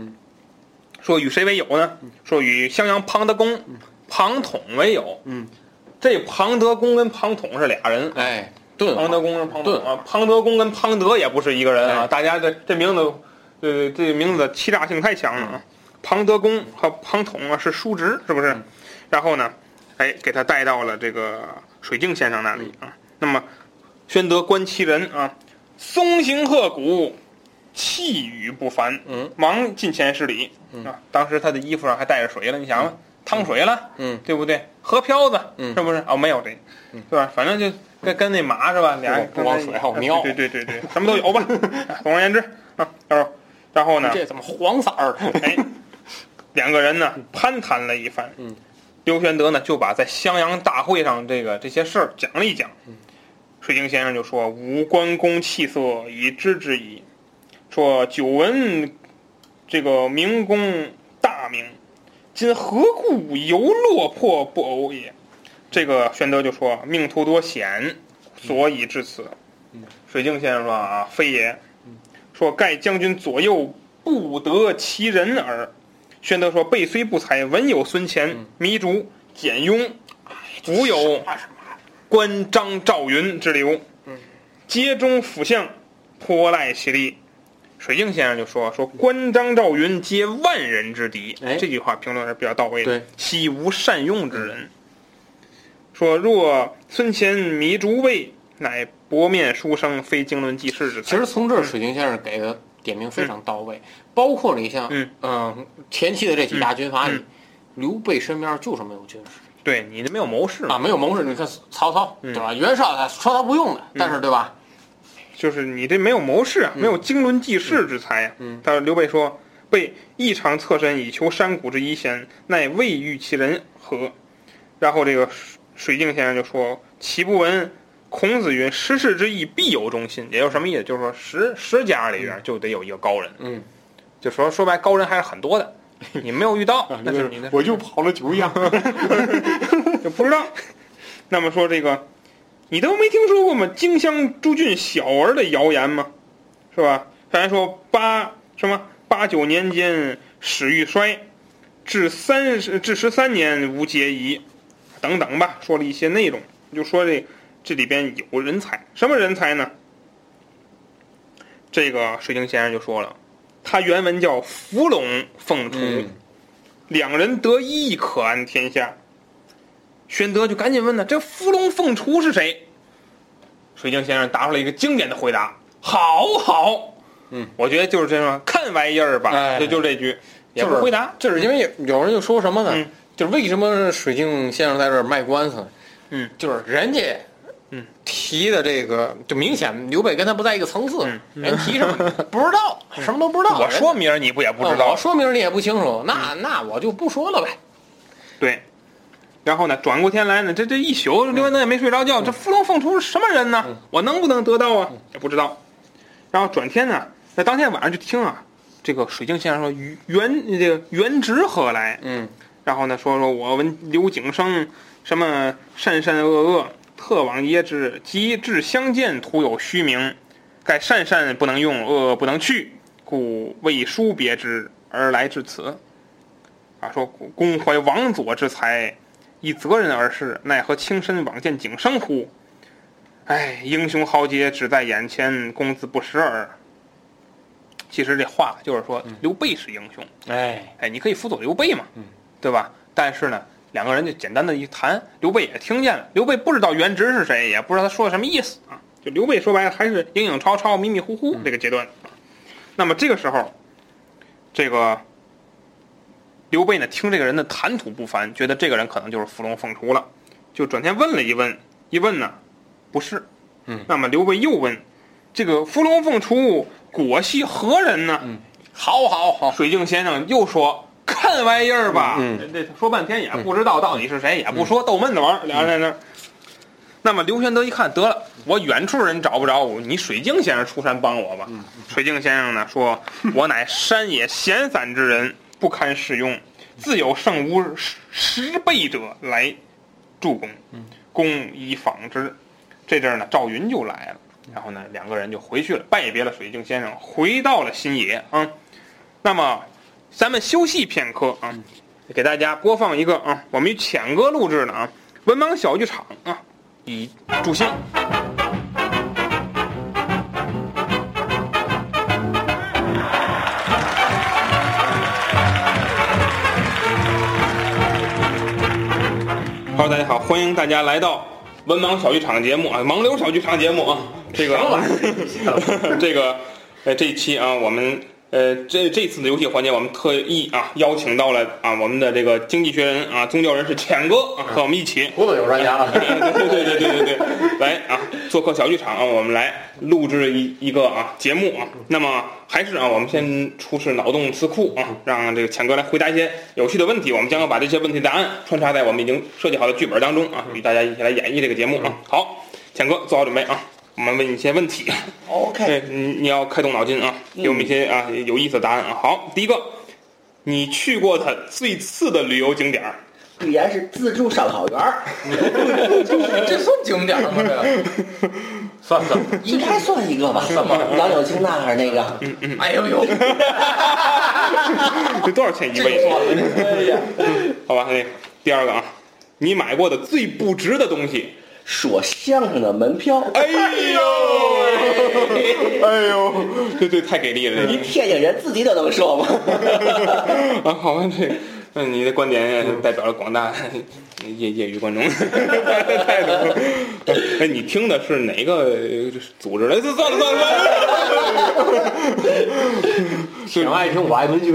S1: 说与谁为友呢？说与襄阳庞德公、庞统为友。
S3: 嗯，
S1: 这庞德公跟庞统是俩人。
S3: 哎，顿
S1: 庞德
S3: 了，
S1: 公跟庞
S3: 对
S1: 统啊，庞德公跟庞德也不是一个人啊。
S3: 哎
S1: 大家这这名字，呃，这名字的欺诈性太强了啊。庞德公和庞统啊是叔侄，是不
S3: 嗯
S1: 是？然后呢，哎，给他带到了这个水镜先生那里啊。那么，宣德观其人啊，松形鹤骨，气宇不凡。
S3: 嗯，
S1: 忙近前施礼啊。当时他的衣服上还带着水了，你想吧，汤水了，
S3: 嗯
S1: 对不对？河漂子，
S3: 嗯
S1: 是不是？哦，没有这，对吧？反正就跟跟那马是吧，俩人
S3: 不光水还有
S1: 对
S3: 尿
S1: 啊对对对对，什么都有
S3: *laughs*
S1: 吧。总而言之啊，然后然后呢， *laughs*
S3: 这怎么黄色儿？
S1: 哎，两个人呢攀谈了一番。嗯，刘玄德呢就把在襄阳大会上这个这些事儿讲了一讲。水镜先生就说：“吾关公气色以知之矣。”说久闻这个明公大名，今何故犹落魄不偶也？这个玄德就说：“命途多险，所以至此。”水镜先生说：“啊，非也。”说：“盖将军左右不得其人耳。”宣德说：“备虽不才，文有孙
S3: 嗯
S1: 乾、糜竺、简雍，
S3: 哎
S1: 武有
S3: 啊
S1: 关张赵云之流，
S3: 嗯
S1: 皆中辅相，颇赖其力。”水镜先生就说：“说关张赵云皆万人之敌。
S3: 哎
S1: 这句话评论是比较到位的
S3: 对。嗯
S1: 岂无善用之人？说若孙乾、糜竺魏，乃薄面书生，非经纶济世之
S3: 其
S1: 才。
S3: 实从这儿，水晶先生给的点评非常到位，包括了一项，
S1: 嗯
S3: 嗯前期的这几大军阀里，
S1: 嗯嗯
S3: 刘备身边就是没有军师
S1: 对你这没有谋士嘛
S3: 啊，没有谋士。你看曹操，对吧？袁绍他说他不用的，但是对吧？
S1: 就是你这没有谋士啊，没有经纶济世之才呀、
S3: 嗯
S1: 但是刘备说：“备异常侧身以求山谷之一贤，乃未遇其人何？”然后这个水水镜先生就说：“岂不闻孔子云‘失事之意，必有忠心’？”也就是什么意思？就是说十十家里边就得有一个高人。
S3: 嗯，
S1: 就说说白，高人还是很多的，你没有遇到， *laughs* 那啊就是你的事
S3: 我就跑了九
S1: *laughs*
S3: 阳，
S1: 就不知道。那么说这个，你都没听说过吗？荆襄诸郡小儿的谣言吗？是吧？咱说八什么八九年间始欲衰，至三十至十三年无节遗，等等吧，说了一些内容，就说这这里边有人才，什么人才呢？这个水晶先生就说了，他原文叫伏龙凤雏，
S3: 嗯
S1: 两人得一可安天下。玄德就赶紧问呢：“这伏龙凤雏是谁？”水晶先生答出了一个经典的回答：“好好。”
S3: 嗯，
S1: 我觉得就是这样，看玩意儿吧，
S3: 哎
S1: 就就这句，也
S3: 就是
S1: 不回答。
S3: 就是因为有有人就说什么呢？
S1: 嗯
S3: 就是为什么水镜先生在这儿卖官司呢？
S1: 嗯，
S3: 就是人家，
S1: 嗯，
S3: 提的这个就明显刘备跟他不在一个层次，
S1: 嗯
S3: 人提什么 *laughs* 嗯不知道，什么都不知道。
S1: 我
S3: 人
S1: 说明儿你不也不知
S3: 啊
S1: 道嗯
S3: 我？说明你也不清楚，那那我就不说了呗。
S1: 对。然后呢，转过天来呢，这这一宿
S3: 嗯
S1: 刘文德也没睡着觉，这伏龙凤雏是什么人呢？我能不能得到
S3: 嗯
S1: 啊？也不知道。然后转天呢，那当天晚上就听啊，这个水镜先生说于原这个原职何来？
S3: 嗯，
S1: 然后呢，说说我闻刘景升什么善善恶恶，特往耶之，及至相见，徒有虚名。盖善善不能用，恶恶不能去，故未书别之而来至此。啊，说公怀王佐之才，以责人而仕，奈何轻身往见景升乎？哎，英雄豪杰只在眼前，公子不识耳。其实这话就是说，刘备是英雄，
S3: 哎，
S1: 哎，你可以辅佐刘备嘛，对吧？但是呢，两个人就简单的一谈，刘备也听见了，刘备不知道原职是谁，也不知道他说的什么意思啊。就刘备说白了还是影影绰绰、迷迷糊糊这个阶段。啊那么这个时候，这个刘备呢，听这个人的谈吐不凡，觉得这个人可能就是伏龙凤雏了，就转天问了一问，一问呢，不是。
S3: 嗯，
S1: 那么刘备又问，这个伏龙凤雏果系何人呢？嗯，
S3: 好好好，
S1: 水镜先生又说：“看玩意儿吧，
S3: 嗯
S1: 这说半天也不知道到底是谁，也不说，逗闷子玩儿，俩人在那儿。那么刘玄德一看，得了，我远处人找不着我，你水镜先生出山帮我吧。
S3: 嗯
S1: 水镜先生呢
S3: *laughs*
S1: 说：“我乃山野闲散之人，不堪使用，自有胜吾十十倍者来助公，
S3: 嗯
S1: 公以仿之。”这阵儿呢，赵云就来了，然后呢，两个人就回去了，拜别了水镜先生，回到了新野啊。那么，咱们休息片刻啊，给大家播放一个啊，我们与浅哥录制的啊，文盲小剧场啊，以助兴。Hello，大家好，欢迎大家来到文盲小剧场节目啊，盲 *laughs* 流小剧场节目啊，这个这个，呃，这一期啊，我们呃，这这次的游戏环节，我们特意啊邀请到了啊我们的这个经济学人啊宗教人士浅哥啊和我们一起，
S5: 不能有专家啊。
S1: 对对对对对对，来啊做客小剧场啊，我们来录制一一个啊节目啊。那么还是啊，我们先出示脑洞词库啊，让这个浅哥来回答一些有趣的问题。我们将要把这些问题答案穿插在我们已经设计好的剧本当中啊，与大家一起来演绎这个节目啊。好，浅哥做好准备啊，我们问你一些问题。
S5: OK，
S1: 对，你你要开动脑筋啊，给我们一些啊有意思的答案啊。好，第一个，你去过的最次的旅游景点儿，
S5: 必然是自助上好园儿，
S3: *laughs* 这算景点吗？这个，
S5: 算算，应该算一个吧？算吧，杨柳青那儿那个，
S1: 嗯
S3: 哎呦呦，
S1: 这多少钱一位？
S5: 哎呀，
S1: 好吧，那第二个啊，你买过的最不值的东西，
S5: 说相声的门票，
S1: 哎呦，哎呦，这这太给力了，这 *laughs*
S5: 您天津人自己都能说吗？ *laughs*
S1: 个啊，好吧，这个。那你的观点代表了广大业业余观众 *laughs* 的态度。哎，你听的是哪个呃组织的？算了算了算了。
S2: 想爱听我爱文学，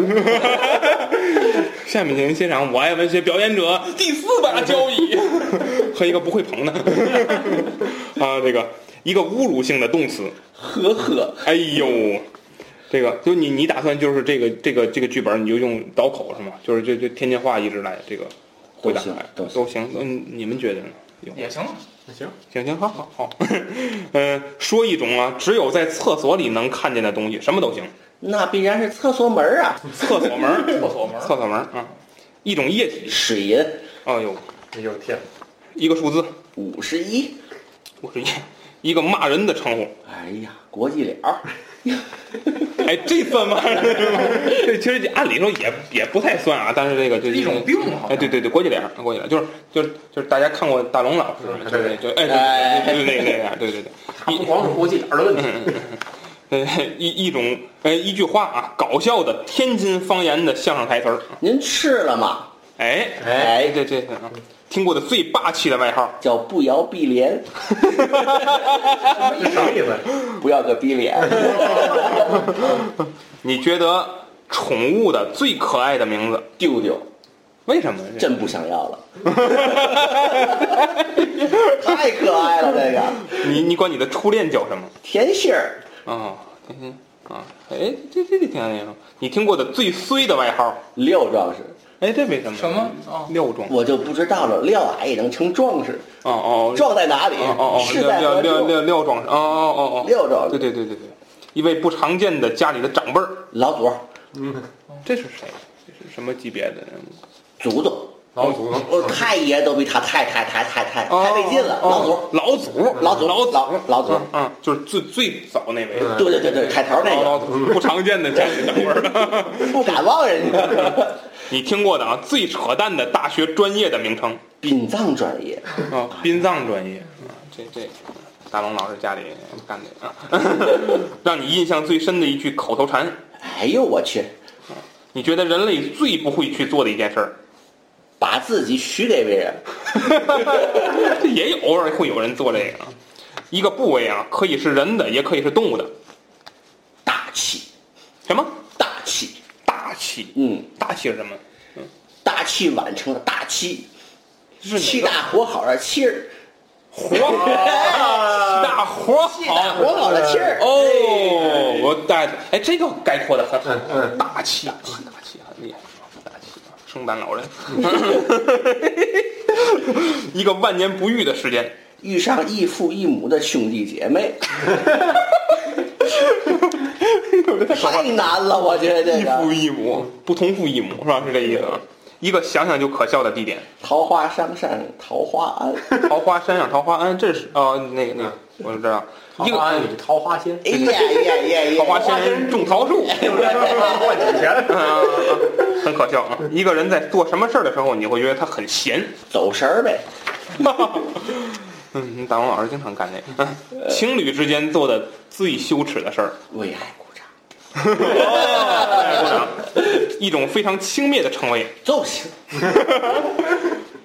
S1: 下面请您欣赏我爱文学表演者第四把交椅 *laughs* 和一个不会捧的 *laughs* 啊，这个一个侮辱性的动词，
S5: 呵呵，
S1: 哎呦，这个就你你打算就是这个这个这个剧本你就用刀口是吗？就是这这天津话一直来这个回答
S5: 都行都行
S1: 都行，嗯，你们觉得呢？有
S3: 也行，啊
S1: 行行好好好， *laughs* 嗯，说一种啊，只有在厕所里能看见的东西，什么都行，
S5: 那必然是厕所门儿啊，
S1: 厕所门儿，
S3: *laughs* 厕所门儿
S1: 厕所门儿啊，一种液体，
S5: 水银
S1: 哎呦，
S2: 哎呦天，
S1: 一个数字，
S5: 五十一，
S1: 我是一 *laughs* 一个骂人的称呼。
S5: 哎呀，国际脸儿，
S1: 哎，这算骂人
S3: *laughs*
S1: 吗？这其实按理说也也不太算啊，但是这个就是
S3: 一种。病好
S1: 哎，
S3: 像。
S1: 对对对，国际脸儿，国际脸儿，就是就是就是大家看过大龙老师吗，就是那就哎，对对对对那个，对对对，
S2: 他不光是国际脸的问题，
S1: 呃一一种呃一句话啊，搞笑的天津方言的相声台词儿，
S5: 您吃了吗？
S1: 哎
S2: 哎，
S1: 哎，对对对啊，听过的最霸气的外号，
S5: 叫不摇碧莲，
S2: 这什么意思？
S5: 不要个逼脸，
S1: 你觉得宠物的最可爱的名字，
S5: 丢丢，
S1: 为什么？
S5: 真不想要了， *laughs* 太可爱了，这个
S1: 你你管你的初恋叫什么？
S5: 甜心儿，
S1: 哦，天津啊，哎，这这这挺那什么？你听过的最衰的外号？
S5: 廖壮士，
S1: 哎，这没什么。
S3: 什么？啊？
S1: 廖壮？
S5: 我就不知道了，廖矮也能成壮士，
S1: 哦哦，
S5: 壮在哪里？
S1: 哦哦哦，
S5: 是
S1: 廖
S5: 在
S1: 廖廖
S5: 何处？
S1: 廖廖壮士，哦哦哦哦，
S5: 廖壮
S1: 对对对对对，一位不常见的家里的长辈儿，
S5: 老左，
S1: 哦这是谁？这是什么级别的人物？
S5: 祖宗，
S2: 老祖宗，
S5: 我太爷都比他太太太太太太费劲了，老
S1: 哦
S5: 祖，
S1: 老祖，
S5: 老祖，
S1: 老
S5: 老
S1: 祖，
S5: 老老祖，
S1: 嗯，就是最最早那位。
S5: 对对对对，开头那
S1: 老
S5: 个
S1: 祖不常见的家里长辈儿， *laughs*
S5: 不敢忘人家，
S1: 你听过的啊？最扯淡的大学专业的名称。
S5: 殡葬专业，
S1: 哦，殡葬专业，啊这这大龙老师家里干的啊， *laughs* 让你印象最深的一句口头禅，
S5: 哎呦我去，
S1: 你觉得人类最不会去做的一件事儿，
S5: 把自己许给别人，
S1: 这 *laughs* 也有偶尔会有人做这个啊。一个部位啊，可以是人的，也可以是动物的。
S5: 大气
S1: 什么
S5: 大气，
S1: 大气？
S5: 嗯，
S1: 大气是什么？
S5: 大器晚成的大器，
S1: 是
S5: 气
S1: 哪个？
S5: 大活好的气儿，
S1: 活好，气大活
S5: 气大
S1: 好。
S5: 活好的气儿，
S1: 哦，我大哎，这个概括的很很
S2: 嗯
S1: 大气，啊，大气很厉害，大气啊，圣诞老人，一个万年不遇的时间，
S5: 遇上异父异母的兄弟姐
S1: *laughs*
S5: 妹，太难了，我觉得这
S1: 异父
S5: 个
S1: 异母，不同父异母是吧？是这意思啊？一个想想就可笑的地点，
S5: 桃花山上桃花
S1: *laughs*
S5: 庵，
S1: 桃花山上桃花庵，这是哦，那个那个，我知道，一
S2: 桃花
S1: 个
S2: 庵里桃花仙，
S5: 哎呀呀呀呀，
S1: 桃花仙种桃树，
S2: 哎换几
S1: *laughs*
S2: 钱？
S1: 嗯嗯嗯很可笑啊！一个人在做什么事儿的时候，你会觉得他很闲， *laughs*
S5: 走神儿呗，
S1: 嗯，大王老师经常干这个。
S2: 呃
S1: 情侣之间做的最羞耻的
S2: *laughs*
S1: 事儿，
S5: 为爱鼓掌，
S1: 一种非常轻蔑的称谓，
S5: 就行，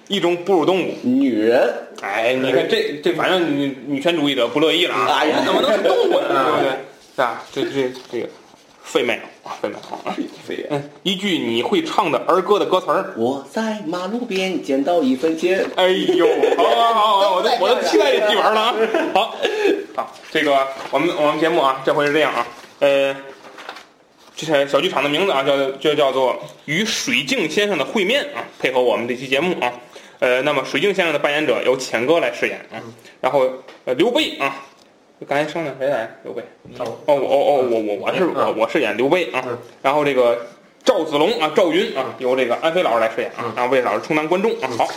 S1: 一种哺乳动物。
S5: 女人
S1: 哎，你看这这，反正女女权主义者不乐意了啊！
S5: 哎呀
S1: 怎么能是动物呢？对不对？啊，这这这个非没有，非没有。
S5: 飞
S1: 嗯，一句你会唱的儿歌的歌词儿。
S5: 我在马路边捡到一分钱，
S1: 哎呦，好好好好，我都我都期待这剧玩了啊！好，好，这个我们我们节目啊，这回是这样啊，呃，这是小剧场的名字啊，叫就叫做《与水镜先生的会面》啊，配合我们这期节目啊，呃，那么水镜先生的扮演者由浅哥来饰演啊，然后呃刘备啊，刚才商量谁来？刘备。哦，我哦哦，我我我是我我饰演刘备啊，然后这个赵子龙啊，赵云啊，由这个安飞老师来饰演啊，让魏老师充当观众啊。好，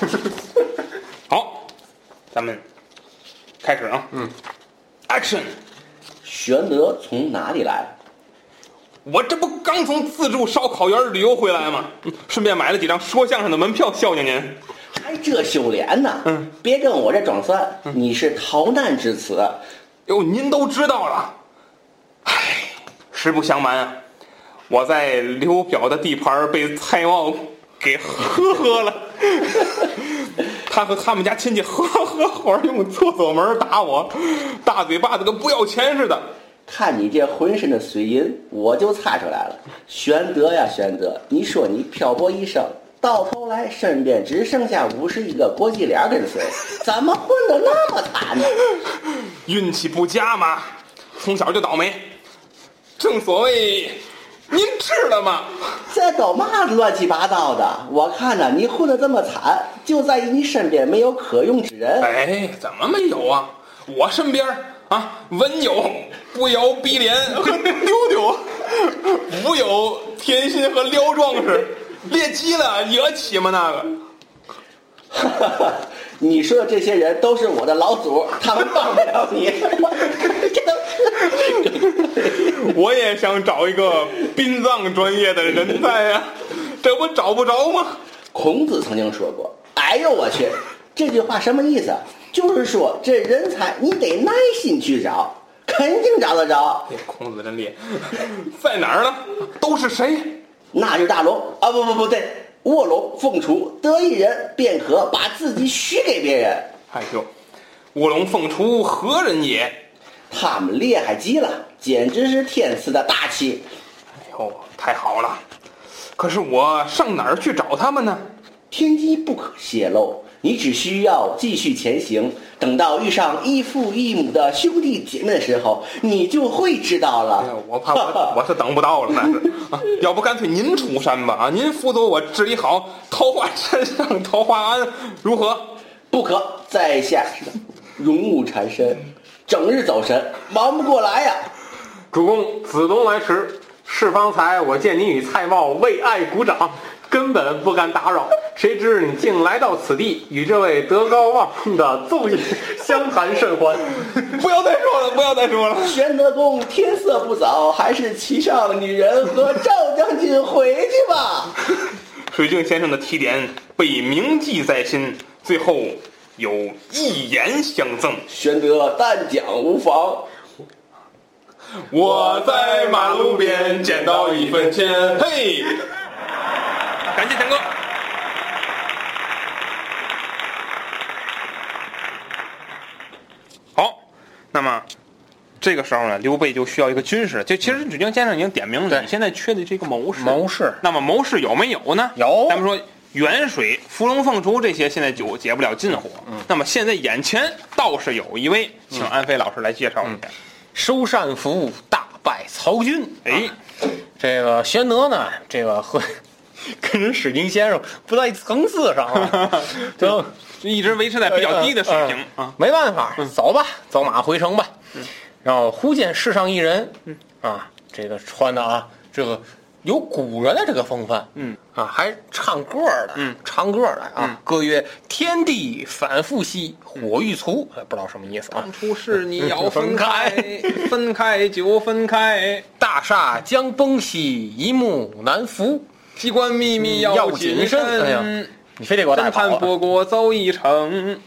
S1: 好，咱们开始啊。嗯，Action！
S5: 玄德从哪里来？
S1: 我这不刚从自助烧烤园旅游回来吗？嗯顺便买了几张说相声的门票孝敬您。
S5: 还这秀脸呢？
S1: 嗯，
S5: 别跟我这装蒜，你是逃难至此。
S1: 哟，您都知道了。唉，实不相瞒啊，我在刘表的地盘儿被蔡瑁给呵呵了。 *laughs* 他和他们家亲戚合合伙用厕所门打我，大嘴巴子跟不要钱似的。
S5: 看你这浑身的水银，我就猜出来了。玄德呀，玄德，你说你漂泊一生，到头来身边只剩下五十一个国际脸跟随，怎么混得那么惨呢？
S1: 运气不佳嘛，从小就倒霉。正所谓，您吃了吗？
S5: 这都嘛乱七八糟的！我看呐，你混得这么惨，就在于你身边没有可用之人。
S1: 哎，怎么没有啊？我身边儿啊，文有不摇逼 *laughs* 脸和丢丢，武有田心和廖壮士，猎鸡了惹起吗？那个，
S5: *laughs* 你说的这些人都是我的老祖，他们帮不了 *laughs* 你。这都
S1: 我也想找一个殡葬专业的人才呀、这不找不着吗？
S5: 孔子曾经说过：“哎呦我去！”这句话什么意思？就是说这人才你得耐心去找，肯定找得着。
S1: 哎孔子真厉害，在哪儿呢？都是谁？
S5: 那就大龙啊，不不不对，卧龙凤雏，得一人便可把自己许给别人。
S1: 哎呦，卧龙凤雏何人也？
S5: 他们厉害极了，简直是天赐的大气。
S1: 哎呦，太好了！可是我上哪儿去找他们呢？
S5: 天机不可泄露，你只需要继续前行。等到遇上异父异母的兄弟姐妹的时候，你就会知道
S1: 哎呀
S5: 了。，
S1: 我怕
S5: *laughs*
S1: 我我是等不到了，那是啊，要不干脆您出山吧啊，您辅佐我治理好桃花山上桃花庵如何？
S5: 不可，在下容木缠身，整日走神，忙不过来呀、
S3: 主公，子东来迟，是方才我见你与蔡瑁为爱鼓掌，根本不敢打扰，谁知你竟来到此地，与这位德高望重的奏议相谈甚欢。
S1: 不要再说了，不要再说了。
S5: 玄德公，天色不早，还是骑上女人和赵将军回去吧。
S1: 水镜先生的提点被铭记在心，最后有一言相赠：
S5: 玄德但讲无妨，
S1: 我在马路边捡到一分钱，嘿，感谢强哥。好，那么这个时候呢，刘备就需要一个军师。就其实吕京先生已经点明了，你现在缺的这个嗯谋士。
S3: 谋士
S1: 那么谋士有没有呢？
S3: 有
S1: 咱们说远水、芙蓉凤雏这些现在就解不了近火。那么现在眼前倒是有一位，请安飞老师来介绍一下。
S3: 收善服，大败曹军。啊
S1: 哎，
S3: 这个玄德呢，这个和 *laughs* 跟人史金先生不在一层次
S1: *laughs*
S3: 上啊，就
S1: 一直维持在比较低的水平
S3: 嗯
S1: 啊。嗯
S3: 没办法，走吧，走马回城吧。然后忽见世上一人，啊，这个穿的啊，这个有古人的这个风范，
S1: 嗯，
S3: 啊，还唱歌儿的，
S1: 嗯
S3: 唱歌儿的啊，歌曰：“天地反复兮，火欲粗。”不知道什么意思啊。
S1: 出事你要
S3: *laughs* 分开，
S1: 哎分开就分开，
S3: 大厦将崩兮，一木难伏。
S1: 机关秘密
S3: 要谨慎哎呀你非得给我带跑啊！
S1: 过邹一成，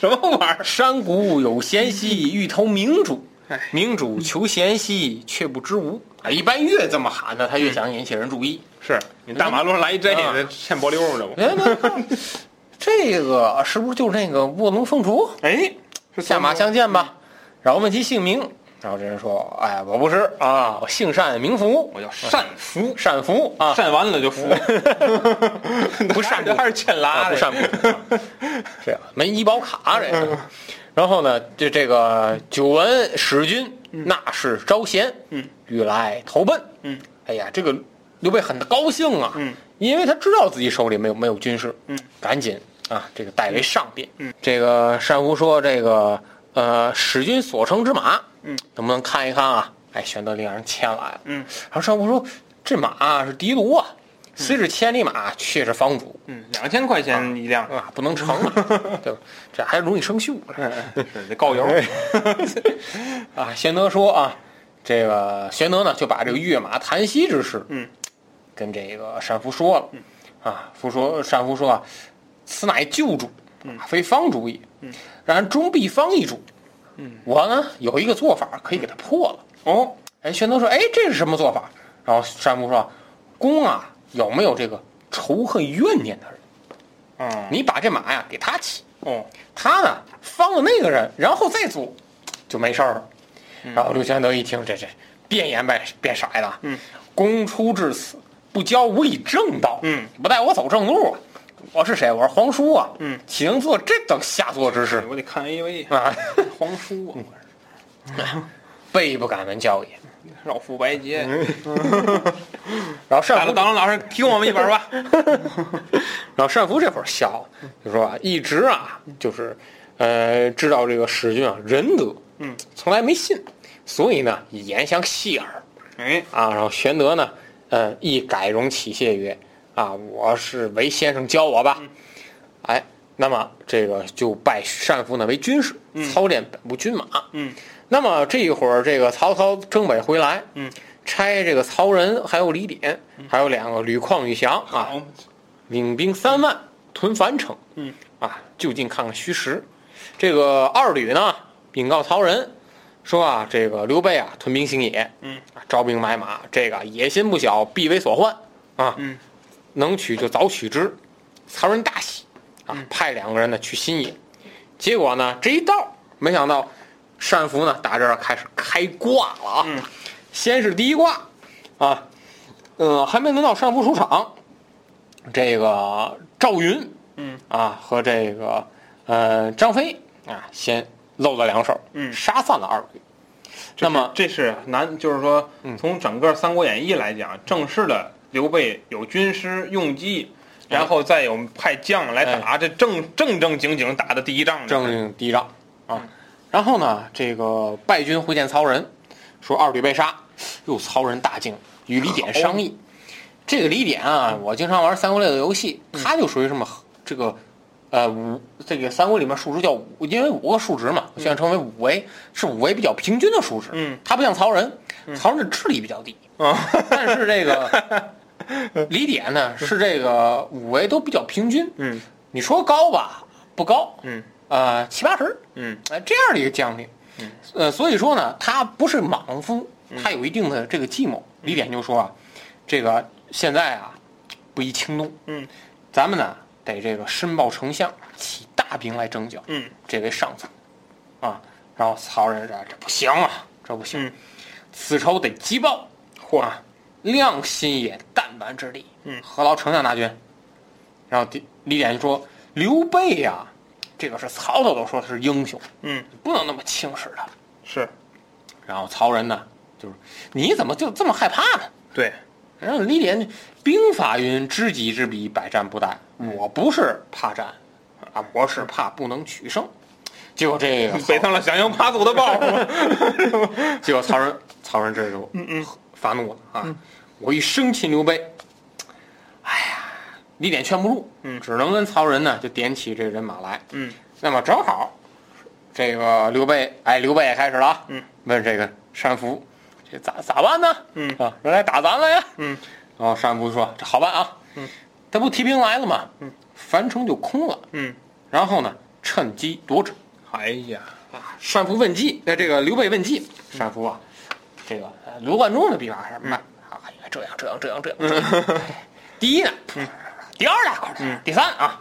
S1: 什么玩意儿？
S3: 山谷有贤兮，欲投明主
S1: 哎。
S3: 明主求贤兮，却不知无。啊，一般越这么喊呢，他越想引起人注意。
S1: 是你大马路上来一这
S3: 啊
S1: 个欠脖溜儿这不？
S3: 哎，那这个是不是就是那个卧龙凤雏？
S1: 哎，是
S3: 下马相见吧，然后问其姓名，然后这人说：“哎呀，我不是啊，我姓善名服，我叫善服，善服啊，
S1: 扇完了就 *laughs* 服，
S3: 不善
S1: 这还是欠拉
S3: 啊
S1: 的，
S3: 不善不善， *laughs* 这样啊没医保卡这个。然后呢，这这个久闻使君那是招贤，嗯，欲来投奔，嗯，哎呀，这个刘备很高兴啊，嗯，因为他知道自己手里没有没有军事，嗯，赶紧啊，这个代为上宾，嗯，这个单乎说这个呃，使君所乘之马，嗯，能不能看一看啊？哎，玄德令让人牵来了，嗯，然后单乎说这马啊是的卢啊，虽是千里马，却是房主，
S1: 嗯，两千块钱一辆，
S3: 啊，嗯不能成 *laughs* 啊，对吧？这还容易生锈
S1: 是得告油，
S3: *laughs* 啊。玄德说啊，这个玄德呢就把这个跃马檀溪之事，嗯，跟这个单福说了，啊，福说单福说啊，此乃旧主，啊，非方主也，嗯，然终必方一主，嗯，我呢有一个做法可以给他破了。哦，哎，玄德说，哎，这是什么做法？然后单福说，公啊有没有这个仇恨怨念的人？
S1: 嗯，
S3: 你把这马呀给他骑，
S1: 哦，
S3: 他呢放了那个人，然后再组，就没事儿了。
S1: 嗯
S3: 然后刘玄德一听，这这变颜变变色了。嗯，公出至此，不教吾以正道。
S1: 嗯，
S3: 不带我走正路啊！我是谁？我是皇叔啊！
S1: 嗯，
S3: 岂能做这等下作之事
S1: 我得看 AV，
S3: 啊？
S1: 皇
S3: *laughs*
S1: 叔啊，
S3: 备不敢闻教也。
S1: 绕腹白杰，
S3: 然
S1: 大
S3: 后单福
S1: 龙大龙老师提供我们一本吧，
S3: *laughs* 然后单福这会儿笑，就说啊，一直啊，就是呃，知道这个史君啊仁德，嗯，从来没信，所以呢，以言相戏耳
S1: 哎，
S3: 啊。然后玄德呢，呃，一改容起谢曰：“啊，我是为先生教我吧。
S1: 嗯
S3: 哎，那么这个就拜单福呢为军师，操练本部军马。
S1: 嗯，
S3: 那么这一会儿，这个曹操征北回来，
S1: 嗯，
S3: 拆这个曹仁，还有李典，还有两个吕旷、与降啊，
S1: 好，
S3: 领兵三万屯樊城，
S1: 嗯，
S3: 啊，就近看看虚实。这个二吕呢，禀告曹仁，说啊，这个刘备啊，屯兵行也，
S1: 嗯
S3: 啊，招兵买马，这个野心不小，必为所患啊，
S1: 嗯，
S3: 能取就早取之。曹仁大喜啊，
S1: 嗯
S3: 派两个人呢去新野，结果呢这一道，没想到单福呢打这儿开始开挂了啊，
S1: 嗯
S3: 先是第一卦啊，嗯，还没轮到单福出场，这个赵云，
S1: 嗯
S3: 啊，和这个呃张飞啊，先露了两手，
S1: 嗯
S3: 杀散了二吕。那么嗯
S1: 这是难，就是说，从整个《三国演义》来讲，正式的刘备有军师用计，然后再有派将来打，这正正正经经打的第一仗呢。
S3: 哎正经第一仗
S1: 嗯
S3: 啊，然后呢，这个败军会见曹仁，说二吕被杀，哟，曹仁大惊，与李典商
S1: 哦
S3: 议。这个李典啊，
S1: 嗯
S3: 我经常玩三国类的游戏，他就属于什么这个。呃，五这个三国里面数值叫五，因为五个数值嘛，现在称为五维，是五维比较平均的数值。
S1: 嗯，
S3: 他不像曹仁，曹仁的智力比较低，
S1: 嗯
S3: 但是这个
S1: *laughs*
S3: 李典呢是这个五维都比较平均。
S1: 嗯
S3: 你说高吧，不高，
S1: 嗯
S3: 呃，七八十，
S1: 嗯，
S3: 呃，这样的一个将领，嗯，呃，所以说呢，他不是莽夫，
S1: 嗯
S3: 他有一定的这个计谋。李典就说啊，这个现在啊，不宜轻动，
S1: 嗯，
S3: 咱们呢得这个申报丞相，起大兵来征剿，
S1: 嗯，
S3: 这为上策，啊，然后曹仁这这不行啊，这不行，
S1: 嗯
S3: 此仇得急报，嚯、啊，亮心也弹丸之地，
S1: 嗯
S3: 何劳丞相大军？然后李李典就说：“刘备呀、这个是曹操都说他是英雄，
S1: 嗯，
S3: 不能那么轻视他。
S1: 是”
S3: 然后曹仁呢，就是你怎么就这么害怕呢？
S1: 对，
S3: 然后李典，兵法云：“知己知彼，百战不殆。”我不是怕战，啊，我是怕不能取胜。结果这个
S1: *laughs* 北上了响应八族的报复。
S3: *laughs* 结果曹仁曹仁这时候
S1: 嗯
S3: 发怒了啊！我一生擒刘备，哎呀，哎李典劝不住，
S1: 嗯
S3: 只能跟曹仁呢就点起这人马来。
S1: 嗯，
S3: 那么正好，这个刘备，哎，刘备也开始了啊，
S1: 嗯，
S3: 问这个单福，这咋咋办呢？
S1: 嗯
S3: 啊，人来打咱了呀。
S1: 嗯，
S3: 然后单福说：“这好办啊，嗯，他不提兵来了吗？嗯，樊城就空了，
S1: 嗯，
S3: 然后呢，趁机夺之。”
S1: 哎呀，
S3: 单福问计，那这个刘备问计，单福啊，这个呃罗贯中的笔法是慢啊，应该这样这样这样这样这样。 *laughs* 第一呢，
S1: 嗯
S3: 第二呢，快点第三啊。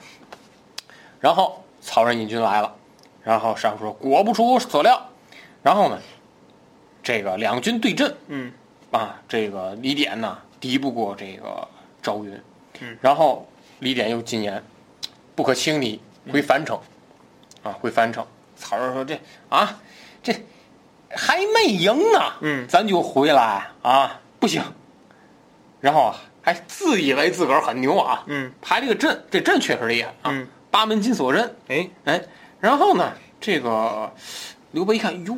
S3: 然后曹仁引军来了，然后单福说果不出我所料，然后呢，这个两军对阵，
S1: 嗯，
S3: 啊，这个李典呢敌不过这个赵云，
S1: 嗯，
S3: 然后李典又进言，不可轻敌，回樊城，啊，回樊城。曹仁说这啊，这还没赢呢，
S1: 嗯
S3: 咱就回来啊，不行。然后啊，还自以为自个儿很牛啊，
S1: 嗯，
S3: 排这个阵，这阵确实厉害啊，
S1: 嗯
S3: 八门金锁阵，
S1: 哎，
S3: 哎，然后呢，这个刘备一看，哟，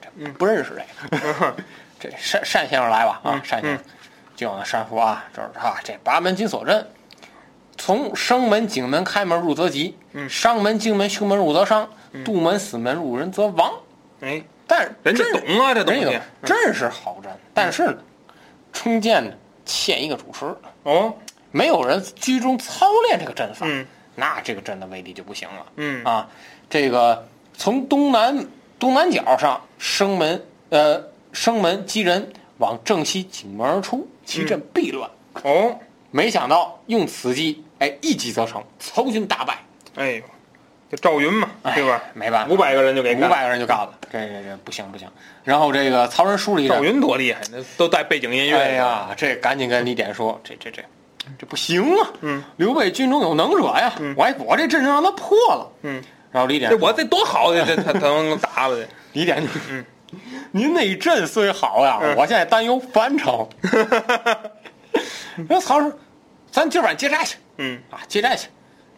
S3: 这
S1: 嗯
S3: 不认识这个， *laughs* 这单单先生来吧啊，单先
S1: 嗯
S3: 生，就往那单说啊，这是啊，这八门金锁阵，从生门、景门、开门入则吉，
S1: 嗯
S3: 伤门、荆门、凶门入则伤，杜门、死门入人则亡。
S1: *laughs* 哎，
S3: 但是
S1: 嗯人家
S3: 真
S1: 懂啊这东西嗯
S3: 人家懂真是好战。但是呢，冲剑呢欠一个主持，
S1: 哦，
S3: 没有人居中操练这个阵法，
S1: 嗯
S3: 那这个阵的威力就不行了。
S1: 嗯
S3: 啊，这个从东南东南角上生门呃生门击人往正西紧门而出，其
S1: 嗯
S3: 阵必乱。
S1: 哦，
S3: 没想到用此计，哎，一击则成，曹军大败，
S1: 哎呦，这赵云嘛，对吧？
S3: 哎没办法
S1: 五，百个人就给
S3: 五
S1: 干了。
S3: 百个人就干了，嗯这这这不行不行。然后这个曹仁书里
S1: 赵云多厉害，那都带背景音乐。
S3: 哎，呀，这赶紧跟李典说，这这这这不行啊！
S1: 嗯，
S3: 刘备军中有能者呀，我还我这阵让他破了。
S1: 嗯，
S3: 然后李典
S1: 这
S3: 说，
S1: 我这多好，这这他他能打了这。
S3: 李典就， *laughs* 您那一阵虽好呀，我现在担忧樊 *laughs* 城。然后曹说，咱今晚接战去
S1: 嗯
S3: 啊，接战去，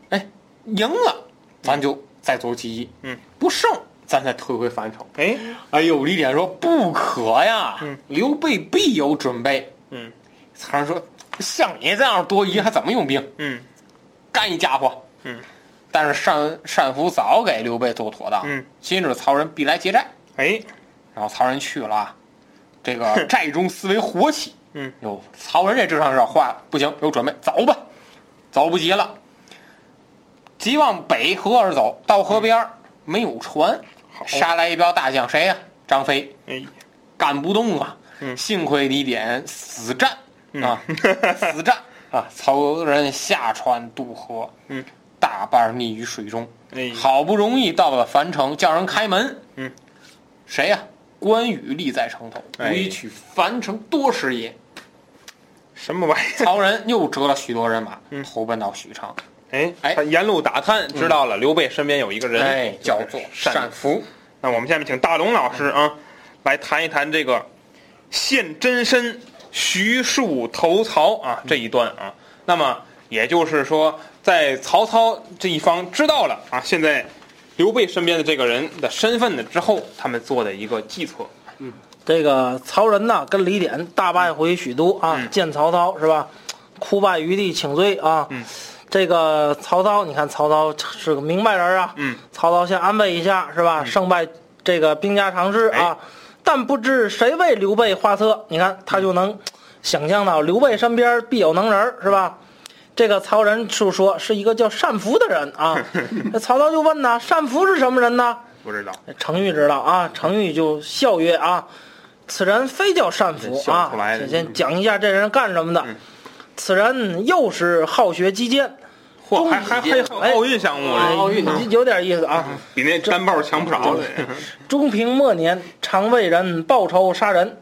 S3: 哎，赢了咱就再做其一，
S1: 嗯，
S3: 不胜咱再退回樊城。
S1: 哎，
S3: 哎呦，李典说不可呀，刘备必有准备。
S1: 嗯
S3: 曹仁说：“像你这样多疑，还怎么用兵？
S1: 嗯
S3: 干一家伙！”
S1: 嗯，
S3: 但是单单福早给刘备做妥当。
S1: 嗯，
S3: 今日曹仁必来劫寨，
S1: 哎，
S3: 然后曹仁去了啊，这个寨中思维火起。
S1: 嗯，
S3: 哟，曹仁这智商有点坏了，不行，有准备，走吧，走不及了。即往北河而走，到河边儿没有船，杀来一彪大将，谁呀、张飞。
S1: 哎，
S3: 干不动啊。
S1: 嗯
S3: 幸亏李典死战啊，
S1: *laughs*
S3: 死战啊！曹仁下船渡河，
S1: 嗯，
S3: 大半溺于水中。
S1: 哎
S3: 好不容易到了樊城，叫人开门。
S1: 嗯，
S3: 谁呀、关羽立在城头，
S1: 哎
S3: 吾已取樊城多时
S1: *laughs*
S3: 也。
S1: 什么玩意儿？
S3: 曹仁又折了许多人马，
S1: 嗯
S3: 投奔到许昌。
S1: 哎，
S3: 哎
S1: 他沿路打探，
S4: 嗯
S1: 知道了刘备身边有一个人，
S3: 哎，叫
S1: 就是
S3: 做
S1: 单
S3: 单福。
S1: 那我们下面请大龙老师啊，来谈一谈这个现真身徐庶投曹啊这一段啊。那么也就是说，在曹操这一方知道了啊，现在刘备身边的这个人的身份呢之后，他们做的一个计策。
S4: 这个曹仁呐，跟李典大败回许都啊，
S1: 嗯
S4: 见曹操是吧？哭拜于地，请罪啊。
S1: 嗯
S4: 这个曹操，你看曹操是个明白人啊。
S1: 嗯
S4: 曹操先安慰一下是吧？胜败这个兵家常事啊。
S1: 哎
S4: 但不知谁为刘备画策，你看他就能想象到刘备身边必有能人儿是吧？这个曹仁就说是一个叫单福的人
S1: *laughs*
S4: 啊。那曹操就问呢，单福是什么人呢？
S1: 不知道，
S4: 程昱知道啊，程昱就笑曰啊，此人非叫单福
S1: 笑
S4: 啊
S1: 不出来。嗯
S4: 先先讲一下这人干什么的。此人幼时好学击剑，
S1: 嚯，还还还有奥运项目
S4: 哎
S1: 呢，嗯
S4: 有点意思啊。
S1: 比那单炮强不少。
S4: 中平末年，常为人报仇杀人，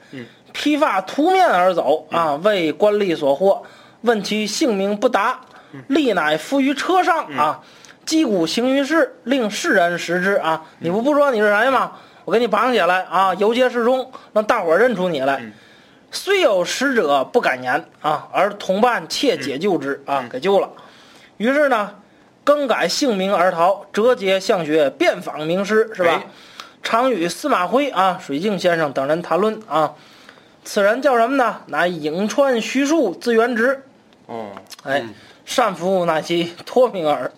S4: 披发涂面而走啊，为官吏所获。问其姓名不答，历乃伏于车上啊，击鼓行于市，令世人识之啊。你不不说你是谁吗？我给你绑起来啊，游街示众，让大伙儿认出你来。虽有使者不敢言啊，而同伴切解救之啊，给救了。于是呢，更改姓名而逃，折节向学，遍访名师，是吧
S1: 哎？
S4: 常与司马徽啊、水镜先生等人谈论啊。此人叫什么呢？乃颍川徐庶，字元直。
S1: 哦，
S4: 哎，善服那其托名耳，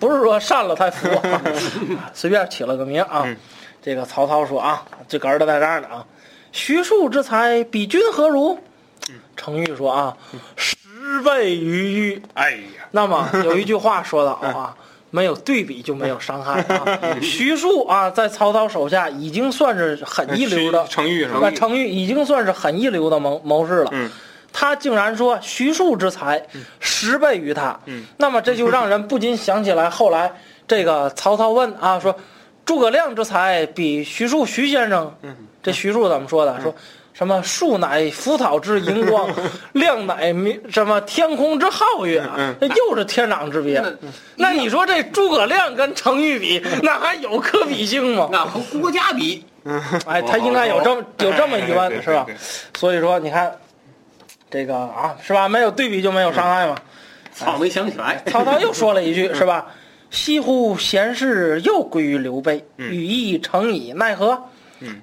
S4: 不是说善了才服啊，随便起了个名啊。这个曹操说啊，这个儿子在这儿呢啊，徐庶之才，比君何如？程昱说啊，十倍于玉。
S1: *laughs* 哎呀，
S4: 那么有一句话说的好
S1: *laughs*
S4: 啊，
S1: 哎
S4: 没有对比就没有伤害啊。徐庶啊，在曹操手下已经算是很一流的，
S1: 程昱是吧
S4: 那程昱已经算是很一流的谋谋士了。
S1: 嗯
S4: 他竟然说徐庶之才十倍于他，
S1: 嗯
S4: 那么这就让人不禁想起来后来这个曹操问啊说，诸葛亮之才比徐庶徐先生，这徐庶怎么说的？说什么“树乃浮草之荧光，亮乃明什么天空之皓月”，啊那又是天壤之别。那你说这诸葛亮跟程昱比，那还有可比性
S3: *laughs*
S4: 吗？
S6: 那和郭嘉比，
S4: 哎，他应该有这么有这么一弯是吧？所以说你看，这个啊是吧？没有对比就没有伤害嘛。
S3: 哎
S6: 操，没想起来。
S1: 嗯
S4: 曹操又说了
S1: *laughs*
S4: 一句是吧？西乎贤士又归于刘备，
S1: 嗯
S4: 羽翼成矣，奈何？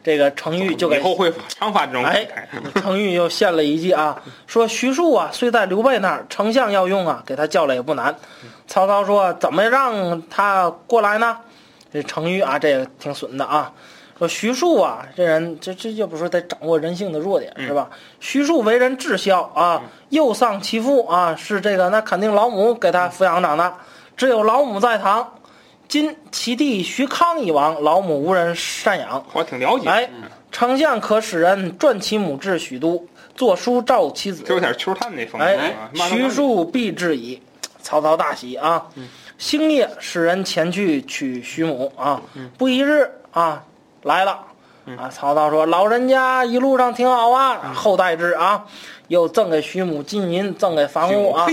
S4: 这个程昱就给
S1: 以后会常发这种
S4: 哎
S1: 感慨。，
S4: *laughs* 程昱又献了一计啊，说徐庶啊虽在刘备那儿，丞相要用啊，给他叫来也不难。曹操说怎么让他过来呢？这程昱啊，这个挺损的啊。说徐庶啊，这人这这又不是得掌握人性的弱点是吧？徐庶为人至孝啊，又丧其父啊，是这个那肯定老母给他抚养长大，只有老母在堂。今其弟徐康已亡，老母无人赡养，
S1: 我挺了解，
S4: 哎，丞相可使人传其母至许都，作书召其子
S1: 这。有点秋探那风格
S4: 哎
S1: 啊。，骂他妈
S4: 徐庶必至矣。曹操大喜啊！星夜使人前去取徐母啊！不一日啊，来了。啊！曹操说：“老人家一路上挺好啊，厚待之啊，又赠给徐母金银，赠给房屋啊，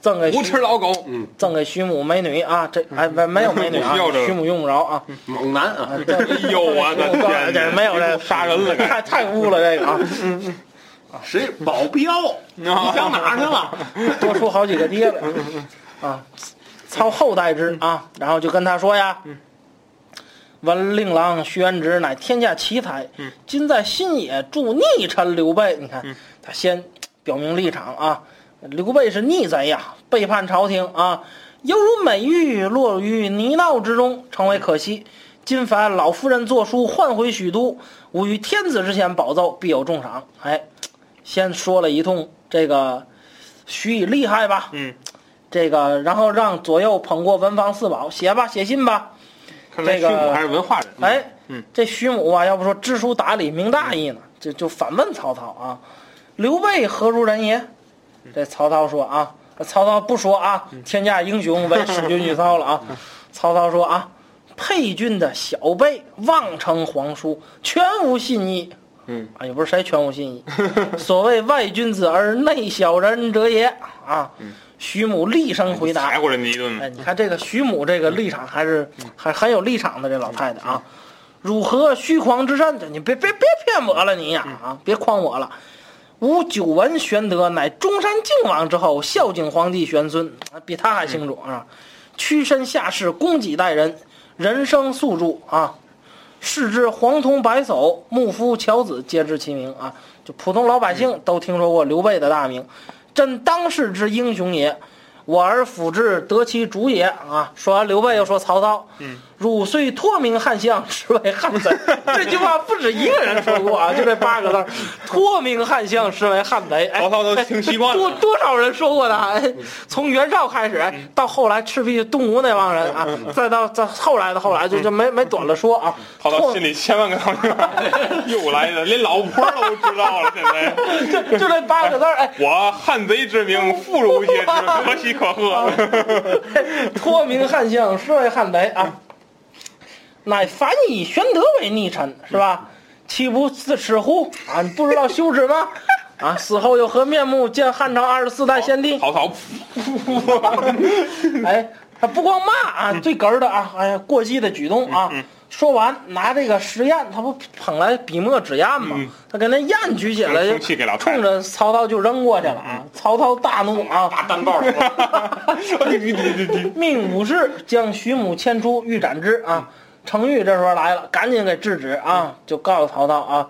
S4: 赠给
S3: *laughs* 胡
S4: 徐
S3: 吃老狗，
S4: 赠给徐母美女啊，这哎没没有美女啊
S1: 不需要这，个
S4: 徐母用不着啊。
S6: 猛男啊，
S4: 啊这
S1: 哎呦我的天
S4: 这
S1: 哪，
S4: 没有这个
S1: 杀人了该
S4: 太太污了这个啊，
S6: 谁保镖？你想
S1: 啊
S6: 哪儿去了？
S4: 多出好几个爹来啊，操后代之啊，然后就跟他说呀，闻令郎徐元直乃天下奇才，今在新野助逆臣刘备。你看他先表明立场啊，刘备是逆贼呀，背叛朝廷啊，犹如美玉落于泥淖之中，诚为可惜。今凡老夫人作书换回许都，吾于天子之前保奏，必有重赏。哎，先说了一通这个许以厉害吧，
S1: 嗯，
S4: 这个然后让左右捧过文房四宝，写吧，写信吧。
S1: 看来
S4: 这
S1: 徐
S4: 个
S1: 母还是文化人。
S4: 哎，
S1: 嗯，
S4: 这徐母啊，要不说知书达理，明大义呢，就就反问曹操啊，刘备何如人也？这曹操说啊，曹操不说啊，天价英雄唯使君与操了啊。 *laughs* 曹操说啊，沛郡的小辈妄称皇叔，全无信义。嗯，啊，也不是谁全无信义， *laughs* 所谓外君子而内小人者也啊。徐母厉声回答
S1: 踩过人家一顿嘛
S4: 哎，你看这个徐母这个立场还是还很有立场的，这老太太啊，汝何虚狂之甚？你别别别骗我了，你呀啊，别诓我了。吾久闻玄德乃中山靖王之后，孝景皇帝玄孙，啊比他还清楚啊。屈身下士，供给待人，人生宿著啊。是之黄铜白叟、牧夫樵子，皆知其名啊。就普通老百
S1: 嗯
S4: 姓都听说过刘备的大名，朕当世之英雄也。我而辅之，得其主也啊！说完刘备，又说曹操，嗯，汝虽脱名汉相，实为汉
S1: *laughs*
S4: 贼。这句话不止一个人说过啊，就这八个字儿，脱名汉相，实为汉贼。哎
S1: 曹操都听习惯 *laughs*
S4: 多
S1: 了，嗯
S4: 多少人说过的，哎，从袁绍开始，哎到后来赤壁东吴那帮人啊，
S1: 嗯
S4: 再到再后来的后来，就就没没短了说啊。
S1: 曹操
S4: 脱
S1: 心里千万个高兴， *laughs* 又来了，连老婆都知道了，现在。
S4: 就这八个字儿，哎，
S1: 我汉贼之名，妇孺皆知，可喜可 *laughs* 贺。
S4: 脱名汉相，实为汉贼啊！乃凡以玄德为逆臣，是吧？岂不自耻乎？啊，你不知道羞耻吗？啊，死后有何面目见汉朝二十四代先帝？
S1: 曹操，
S4: 哎，他不光骂啊，最哏儿的啊，哎呀，过激的举动
S1: 嗯
S4: 啊。说完，拿这个石砚，他不捧来笔墨纸砚吗？他给那砚举起来，
S1: 嗯生气给老嗯太太
S4: 冲着曹操就扔过去了啊！曹操大怒啊，
S1: 大单 *laughs* 报
S4: 命武士将徐母牵出，欲斩之啊！程昱这时候来了，赶紧给制止
S1: 嗯
S4: 啊！就告诉曹操啊，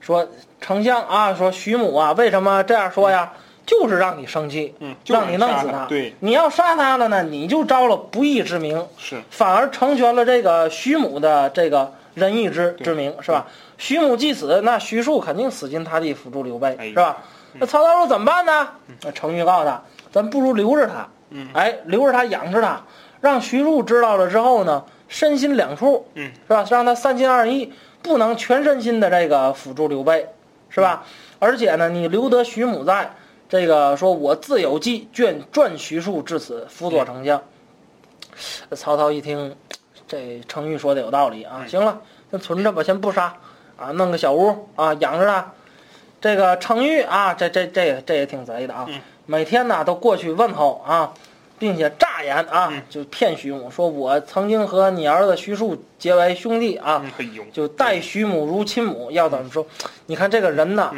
S4: 说丞相啊，说徐母啊，为什么这样说呀？就是让你生气，嗯
S1: 嗯就是
S4: 让你弄死
S1: 杀他对
S4: 你要杀他了呢，你就招了不义之名，
S1: 是
S4: 反而成全了这个徐母的这个仁义之之名，是吧？徐母既死，那徐庶肯定死心塌地辅助刘备，
S1: 哎嗯
S4: 是吧？那曹操说怎么办呢？那程昱告诉他，咱不如留着他，哎，留着他养着他，让徐庶知道了之后呢，身心两处，
S1: 嗯，
S4: 是吧？让他三心二意，不能全身心的这个辅助刘备，是
S1: 嗯
S4: 吧？而且呢，你留得徐母在，这个说我自有计，卷传徐庶至此，辅
S1: 嗯
S4: 佐丞相。曹操一听，这程昱说的有道理啊，行了，先存着吧，先不杀。啊，弄个小屋啊，养着它。这个程昱啊，这这这也这也挺贼的啊，每天呢都过去问候啊，并且诈言啊，就骗徐母说我曾经和你儿子徐庶结为兄弟啊，
S1: 哎呦，
S4: 就待徐母如亲母，要怎么说？你看这个人呐，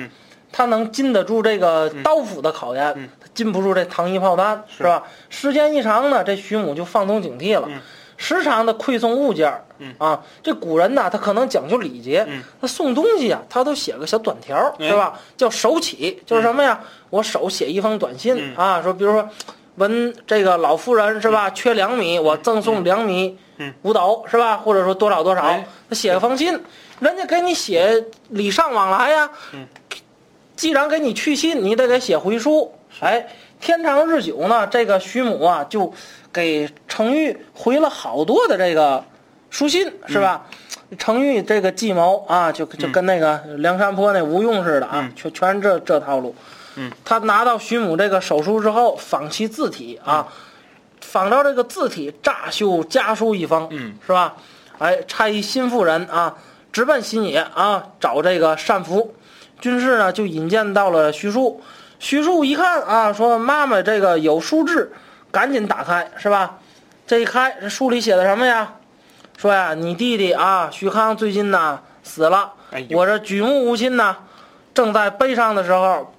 S4: 他能经得住这个刀斧的考验，他经不住这糖衣炮弹，是吧？时间一长呢，这徐母就放松警惕了。时常的馈送物件儿啊，这古人呐，他可能讲究礼节，他送东西啊，他都写个小短条儿，是吧？叫手起，就是什么呀？我手写一封短信啊，说比如说，闻这个老妇人是吧，缺两米，我赠送两米五斗是吧？或者说多少多少，他写封信，人家给你写礼尚往来呀。既然给你去信，你得给写回书。哎，天长日久呢，这个徐母啊就给程昱回了好多的这个书信，是吧？程昱这个计谋啊，就就跟那个梁山泊那吴用似的啊，全全是这这套路。嗯，他拿到徐母这个手书之后，仿其字体啊，仿照这个字体诈修家书一封，嗯，是吧？哎，差一新妇人啊，直奔新野啊，找这个单福。军士呢就引荐到了徐庶。徐庶一看啊，说妈妈这个有书志，赶紧打开，是吧？这一开，这书里写的什么呀？说呀，你弟弟啊，徐康最近呐死了，
S1: 哎呦
S4: 我这举目无亲呐，正在悲伤的时候，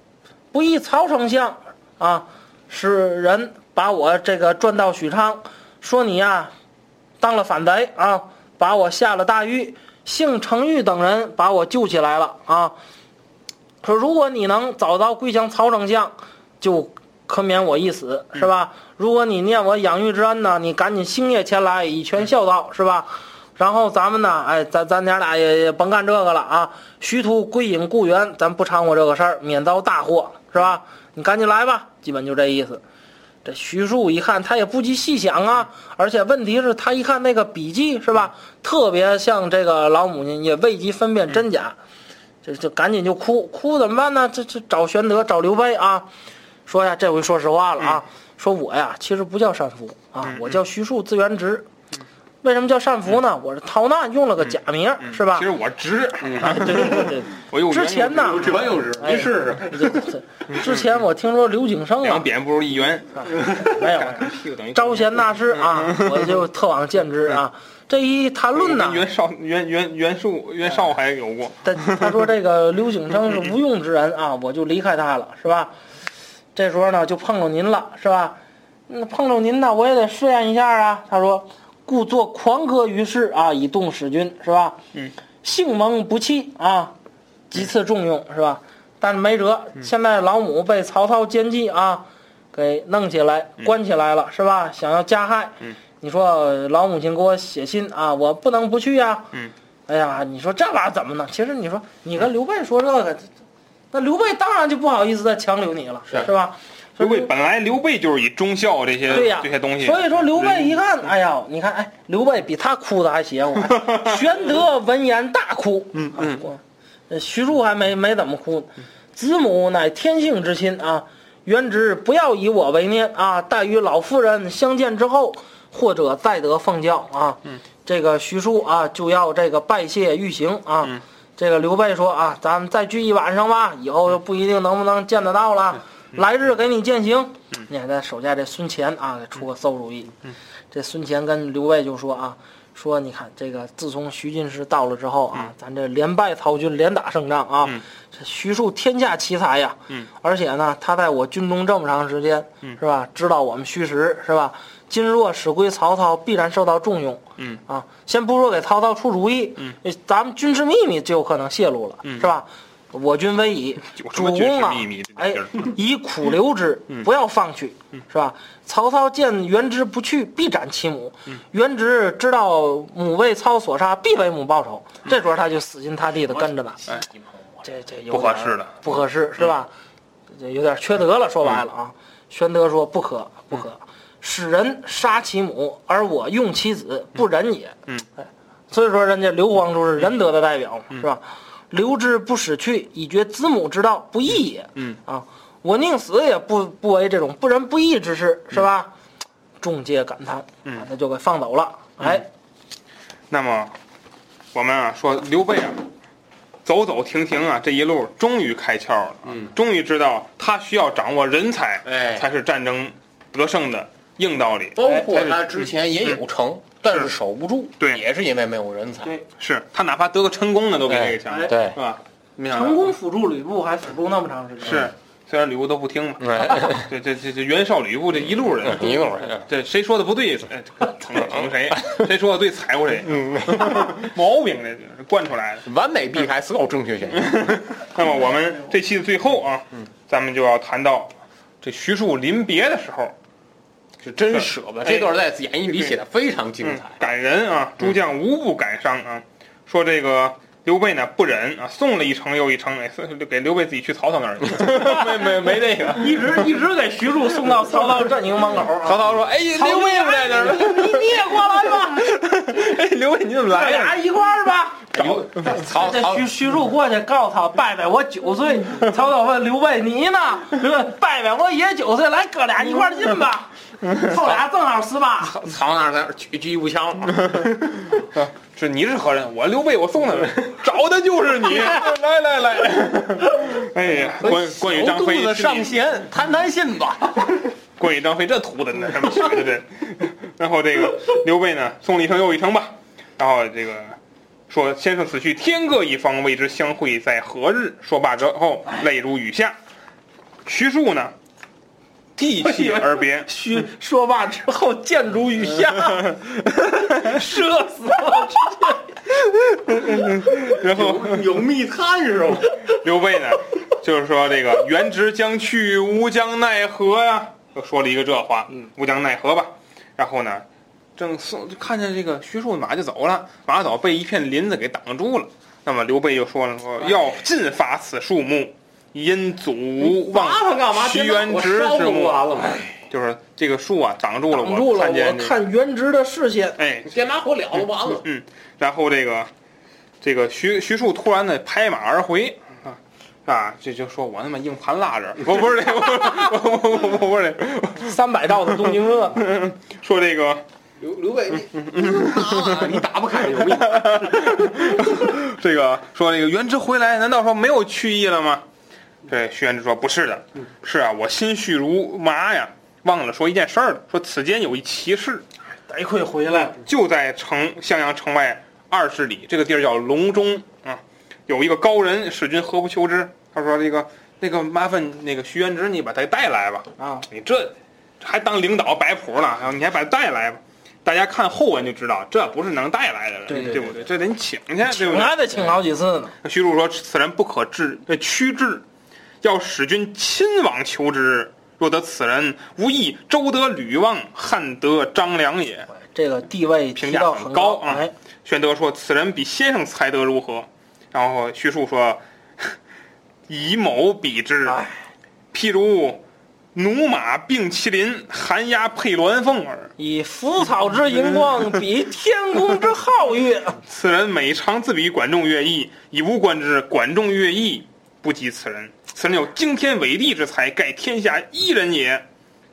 S4: 不意曹丞相啊，使人把我这个转到许昌，说你呀、当了反贼啊，把我下了大狱。幸程昱等人把我救起来了啊。说如果你能找到归降曹丞相，就可免我一死，是吧？如果你念我养育之恩呢，你赶紧星夜前来，以全孝道，是吧？然后咱们呢，哎，咱咱娘俩也也甭干这个了啊！徐图归隐故园，咱不掺和这个事儿，免遭大祸，是吧？你赶紧来吧，基本就这意思。这徐庶一看，他也不及细想啊，而且问题是，他一看那个笔记是吧，特别像这个老母亲，也未及分辨真
S3: 嗯
S4: 假，就就赶紧就哭，哭怎么办呢？这这找玄德，找刘备啊，说呀，这回说实话了
S3: 嗯
S4: 啊，说我呀，其实不叫单福啊，我叫徐庶，字元直。
S3: 嗯
S4: 为什么叫单福呢？我是逃难用了个假名，是吧
S3: 嗯其？实我直，
S1: 嗯
S4: 啊 *laughs* 对对对对，
S3: *laughs* 我又
S4: 之前呢，
S6: 这又是
S4: 哎，
S3: 试
S4: 对对对之前我听说刘景生
S3: 两
S4: 啊，
S3: 扁不如一圆，
S4: 没有，
S3: 屁股等于
S4: 招贤纳士啊，我就特往见之啊。这一谈
S1: *laughs*
S4: 论呢
S3: 跟，袁绍、袁袁袁术、袁绍还有过。
S4: 他他说这个刘景升是无用之人啊，我就离开他了，是吧？这时候呢，就碰着您了，是吧？那碰着您呢，我也得试验一下啊。他说，故作狂歌于世啊，以动使君，是吧？嗯，性蒙不弃啊，几次重用，是吧？但是没辙，现在老母被曹操奸计啊，给弄起来关起来了，是吧？想要加害，你说老母亲给我写信啊，我不能不去呀、嗯，哎呀，你说这玩意儿怎么弄？其实你说你跟刘备说这个，那刘备当然就不好意思再强留你了，是吧？
S1: 刘备本来刘备就是以忠孝这些
S4: 对呀、
S1: 呃这些东西，嗯
S4: 所以说刘备一看，哎呀，你看，哎，刘备比他哭的
S1: *laughs*
S4: 还邪乎。玄德闻言大哭，嗯嗯，徐庶还没没怎么哭。子母乃天性之亲啊，原直不要以我为念啊，待与老妇人相见之后，或者再得奉教啊。这个徐庶啊就要这个拜谢欲行啊。这个刘备说啊，咱们再聚一晚上吧，以后就不一定能不能见得到了。来日给你践行。你看他手下这孙乾啊，给出个馊主意。这孙乾跟刘备就说啊，说你看这个自从徐进士到了之后啊，咱这连败曹军，连打胜仗啊，这徐庶天下奇才呀。而且呢，他在我军中这么长时间，是吧？知道我们虚实，是吧？今若使归曹操，必然受到重用。嗯啊，先不说给曹操出主意，嗯，咱们军事秘密就有可能泄露了，
S1: 嗯
S4: 是吧？我军
S1: *laughs*
S4: 危矣，主
S1: 说军事
S4: 公啊
S1: 秘密，这
S4: 哎
S1: 劲儿，嗯
S4: 以苦
S1: *laughs*
S4: 留之，不要放去，是吧？曹操见袁直不去，必斩其母。
S1: 嗯
S4: 袁直知道母为操所杀，必为母报仇。
S1: 嗯
S4: 这时候他就死心塌地的跟着了。这这有
S1: 不合
S4: 点
S1: 适了
S4: 不合适是吧？这有点缺德了，说白了啊。玄德说：“不可，不可，使人杀其母，而我用其子，不仁也。”嗯，所以说人家刘皇叔是仁德的代表嘛，是吧？留之不使去，以绝子母之道，不义也。嗯啊，我宁死也不不为这种不仁不义之事，是吧？众皆感叹，把他就给放走了。哎，
S1: 那么我们啊说刘备啊，走走停停啊，这一路终于开窍了，嗯，终于知道他需要掌握人才，
S3: 哎
S1: 才是战争得胜的硬道理。
S3: 包括哎他之前也有成，但是守不住，
S1: 对
S3: 也是因为没有人 *laughs* 才。
S4: 对，
S1: 是他哪怕得个成功呢，都比这个强，
S4: 哎
S3: 对
S1: 是，吧？没想到
S4: 成功辅助吕布，还辅助那么长时间。
S1: 嗯是，虽然吕布都不听嘛，
S3: *laughs* 哎嗯
S1: 这这这这袁绍、吕布这一路人，
S3: 一路人
S1: 这谁说的不
S3: *laughs*
S1: 对，哎捧捧谁；谁说的对，踩过谁。嗯， *laughs* 毛病这是惯出来的。
S3: 完美避开所有正确选项。
S1: 那么我们这期的最后啊，咱们就要谈到这徐庶临别的时候，
S3: 是真舍不得，
S1: 哎
S3: 这段在演义里写的非常精
S1: 嗯
S3: 彩，。
S1: 感人啊，诸将无不感伤啊。说这个刘备呢不忍啊，送了一程又一程，哎，送给刘备自己去曹操那儿去，没没没那个。
S4: 一直一直给徐庶送到曹操阵营门口啊。
S3: 曹操说：“哎，刘备不在那儿呢。
S4: 你你也过来
S1: *laughs*
S4: 吧，
S1: 哎，刘备你怎么
S4: 咱
S1: 来了？
S4: 俩一块儿吧。”
S3: 刘 *laughs* 曹
S4: 这
S3: 曹
S4: 徐徐庶过去告诉他，拜拜，我九岁。曹操问刘备：“你呢？”刘备：“拜拜，我也九岁，来哥俩一块儿进 *laughs* 吧。”凑俩正好十八。
S3: 曹那儿在那儿举举一步枪，
S1: 是你是何人？我刘备，我送他 *laughs* 们，找的就是你。 *laughs* 来来来， *laughs* 哎呀，关关羽张飞
S3: 小肚子上弦，谈谈心吧。
S1: 关羽张飞这图的那 *laughs* 什么学的这，然后这个刘备呢送了一程又一程吧，然后这个说先生此去天各一方，未知相会在何日？说罢之后，泪如雨下。徐庶呢，涕泣而别。
S4: 徐说罢之后，箭如雨下， *laughs* 射死了。
S1: 然后
S6: 有密探是吗？
S1: *laughs* 刘备呢，就是说这个“原直将去，吾将奈何、呀？又说了一个这话，
S4: 嗯
S1: 吾将奈何吧。然后呢，正送就看见这个徐庶马就走了，马早被一片林子给挡住了。那么刘备就说了
S4: 哎
S1: 说要尽伐此树木，因阻望
S4: 麻烦 *laughs* 干嘛？
S1: 徐元直
S4: 我烧
S1: 之
S4: 不
S1: 木，
S4: 完了吗？
S1: 就是这个树啊挡住了
S4: 挡住
S1: 我
S4: 了，
S1: 看见
S4: 哎我
S1: 这个
S4: 看原直的视线。
S1: 哎
S3: 先拿火燎了，完了。
S1: 嗯，然后这个这个徐徐庶突然的拍马而回啊啊，这就说我他妈硬盘拉着，我不是这，我我我我我不是这，
S4: *laughs* 三百道的东京热，
S1: 说这个
S3: 刘刘备，你你打不开，容易。
S1: 这个说这个元直回来，难道说没有去意了吗？对，徐元直说不是的，是啊，我心绪如麻呀，忘了说一件事儿了，说此间有一奇事，
S4: 得亏回来了。
S1: 就在城襄阳城外二十里，这个地儿叫隆中啊，有一个高人，使君何不求之？他说这个那个麻烦那个徐元直，你把他带来吧。
S4: 啊，
S1: 你这还当领导摆谱了，然后你还把他带来吧？大家看后文就知道，这不是能带来的人，
S4: 对对
S1: 不对？这得你请去，对不
S4: 我
S1: 对？
S4: 还得请好几次呢。
S1: 徐庶说：“此人不可治，呃，屈治，要使君亲往求之。若得此人，无异周得吕望，汉得张良也。”
S4: 这个地位提
S1: 评
S4: 到
S1: 价
S4: 很
S1: 很高啊
S4: 哎，
S1: 玄德说：“此人比先生才德如何？”然后徐庶说：“ *laughs* 以某比之，
S4: 哎
S1: 譬如驽马并麒麟，寒鸦配鸾凤耳。
S4: 以腐草之荧光比天宫之皓月。
S1: 此人每常自比管仲乐毅，以吾观之，管仲乐毅不及此人。此人有惊天伟地之才，盖天下一人也。”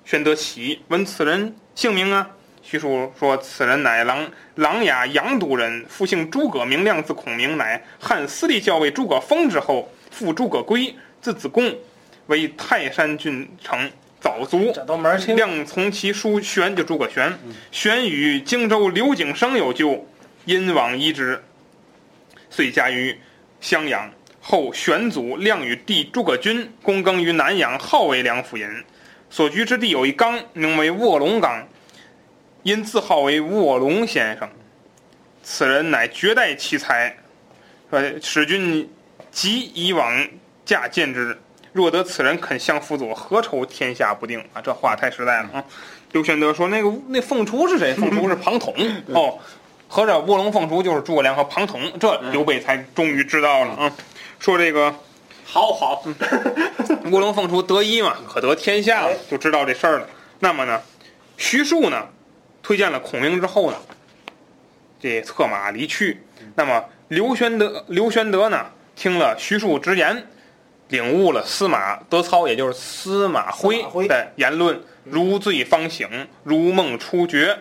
S1: 玄德喜，问此人姓名啊？徐庶说：“此人乃琅琅琊阳都人，复姓诸葛，名亮，字孔明，乃汉司隶校尉诸葛丰之后，父诸葛珪，字子贡，为泰山郡丞，早卒。”
S4: 这都门儿清。
S1: 亮从其叔玄，就诸葛玄，玄与荆州刘景升有旧，因往医之，遂嫁于襄阳。后玄祖亮与弟诸葛均躬耕于南阳，号为梁甫吟。所居之地有一冈，名为卧龙冈，因自号为卧龙先生。此人乃绝代奇才，呃，使君即以往驾见之。若得此人肯相辅佐，何愁天下不定啊？这话太实在了
S6: 嗯
S1: 啊！刘玄德说：“那个那凤雏
S6: *laughs*
S1: 是谁？凤雏是庞统哦，合着卧龙凤雏就是诸葛亮和庞统，这
S6: 嗯
S1: 刘备才终于知道了啊！说这个
S6: 好好，
S1: *laughs*
S6: *laughs*
S1: 卧龙凤雏得一嘛，可得天下
S6: 哎
S1: 了，就知道这事儿了。那么呢，徐庶呢，推荐了孔明之后呢，这策马离去。那么刘玄德，刘玄德呢，听了徐庶之言，领悟了司马德操，也就是司马
S4: 司
S1: 徽
S4: 马徽
S1: 的言论，如醉方醒，如梦初觉，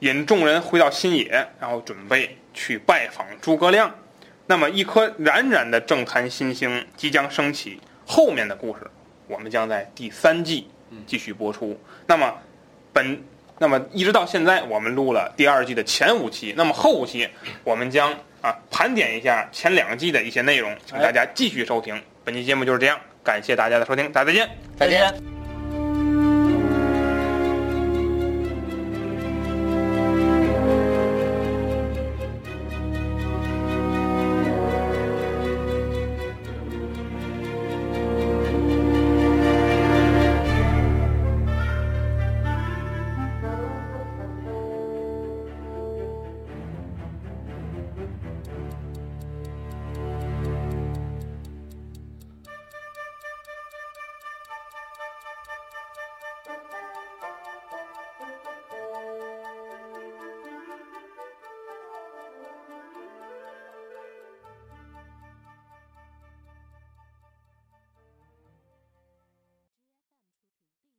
S1: 引众人回到新野，然后准备去拜访诸葛亮。那么，一颗冉冉的政坛新星即将升起，后面的故事我们将在第三季
S4: 嗯
S1: 继续播出。那么，本那么一直到现在，我们录了第二季的前五期，那么后五期我们将啊盘点一下前两季的一些内容，请大家继续收听。本期节目就是这样，感谢大家的收听，大家再见。
S4: 再见。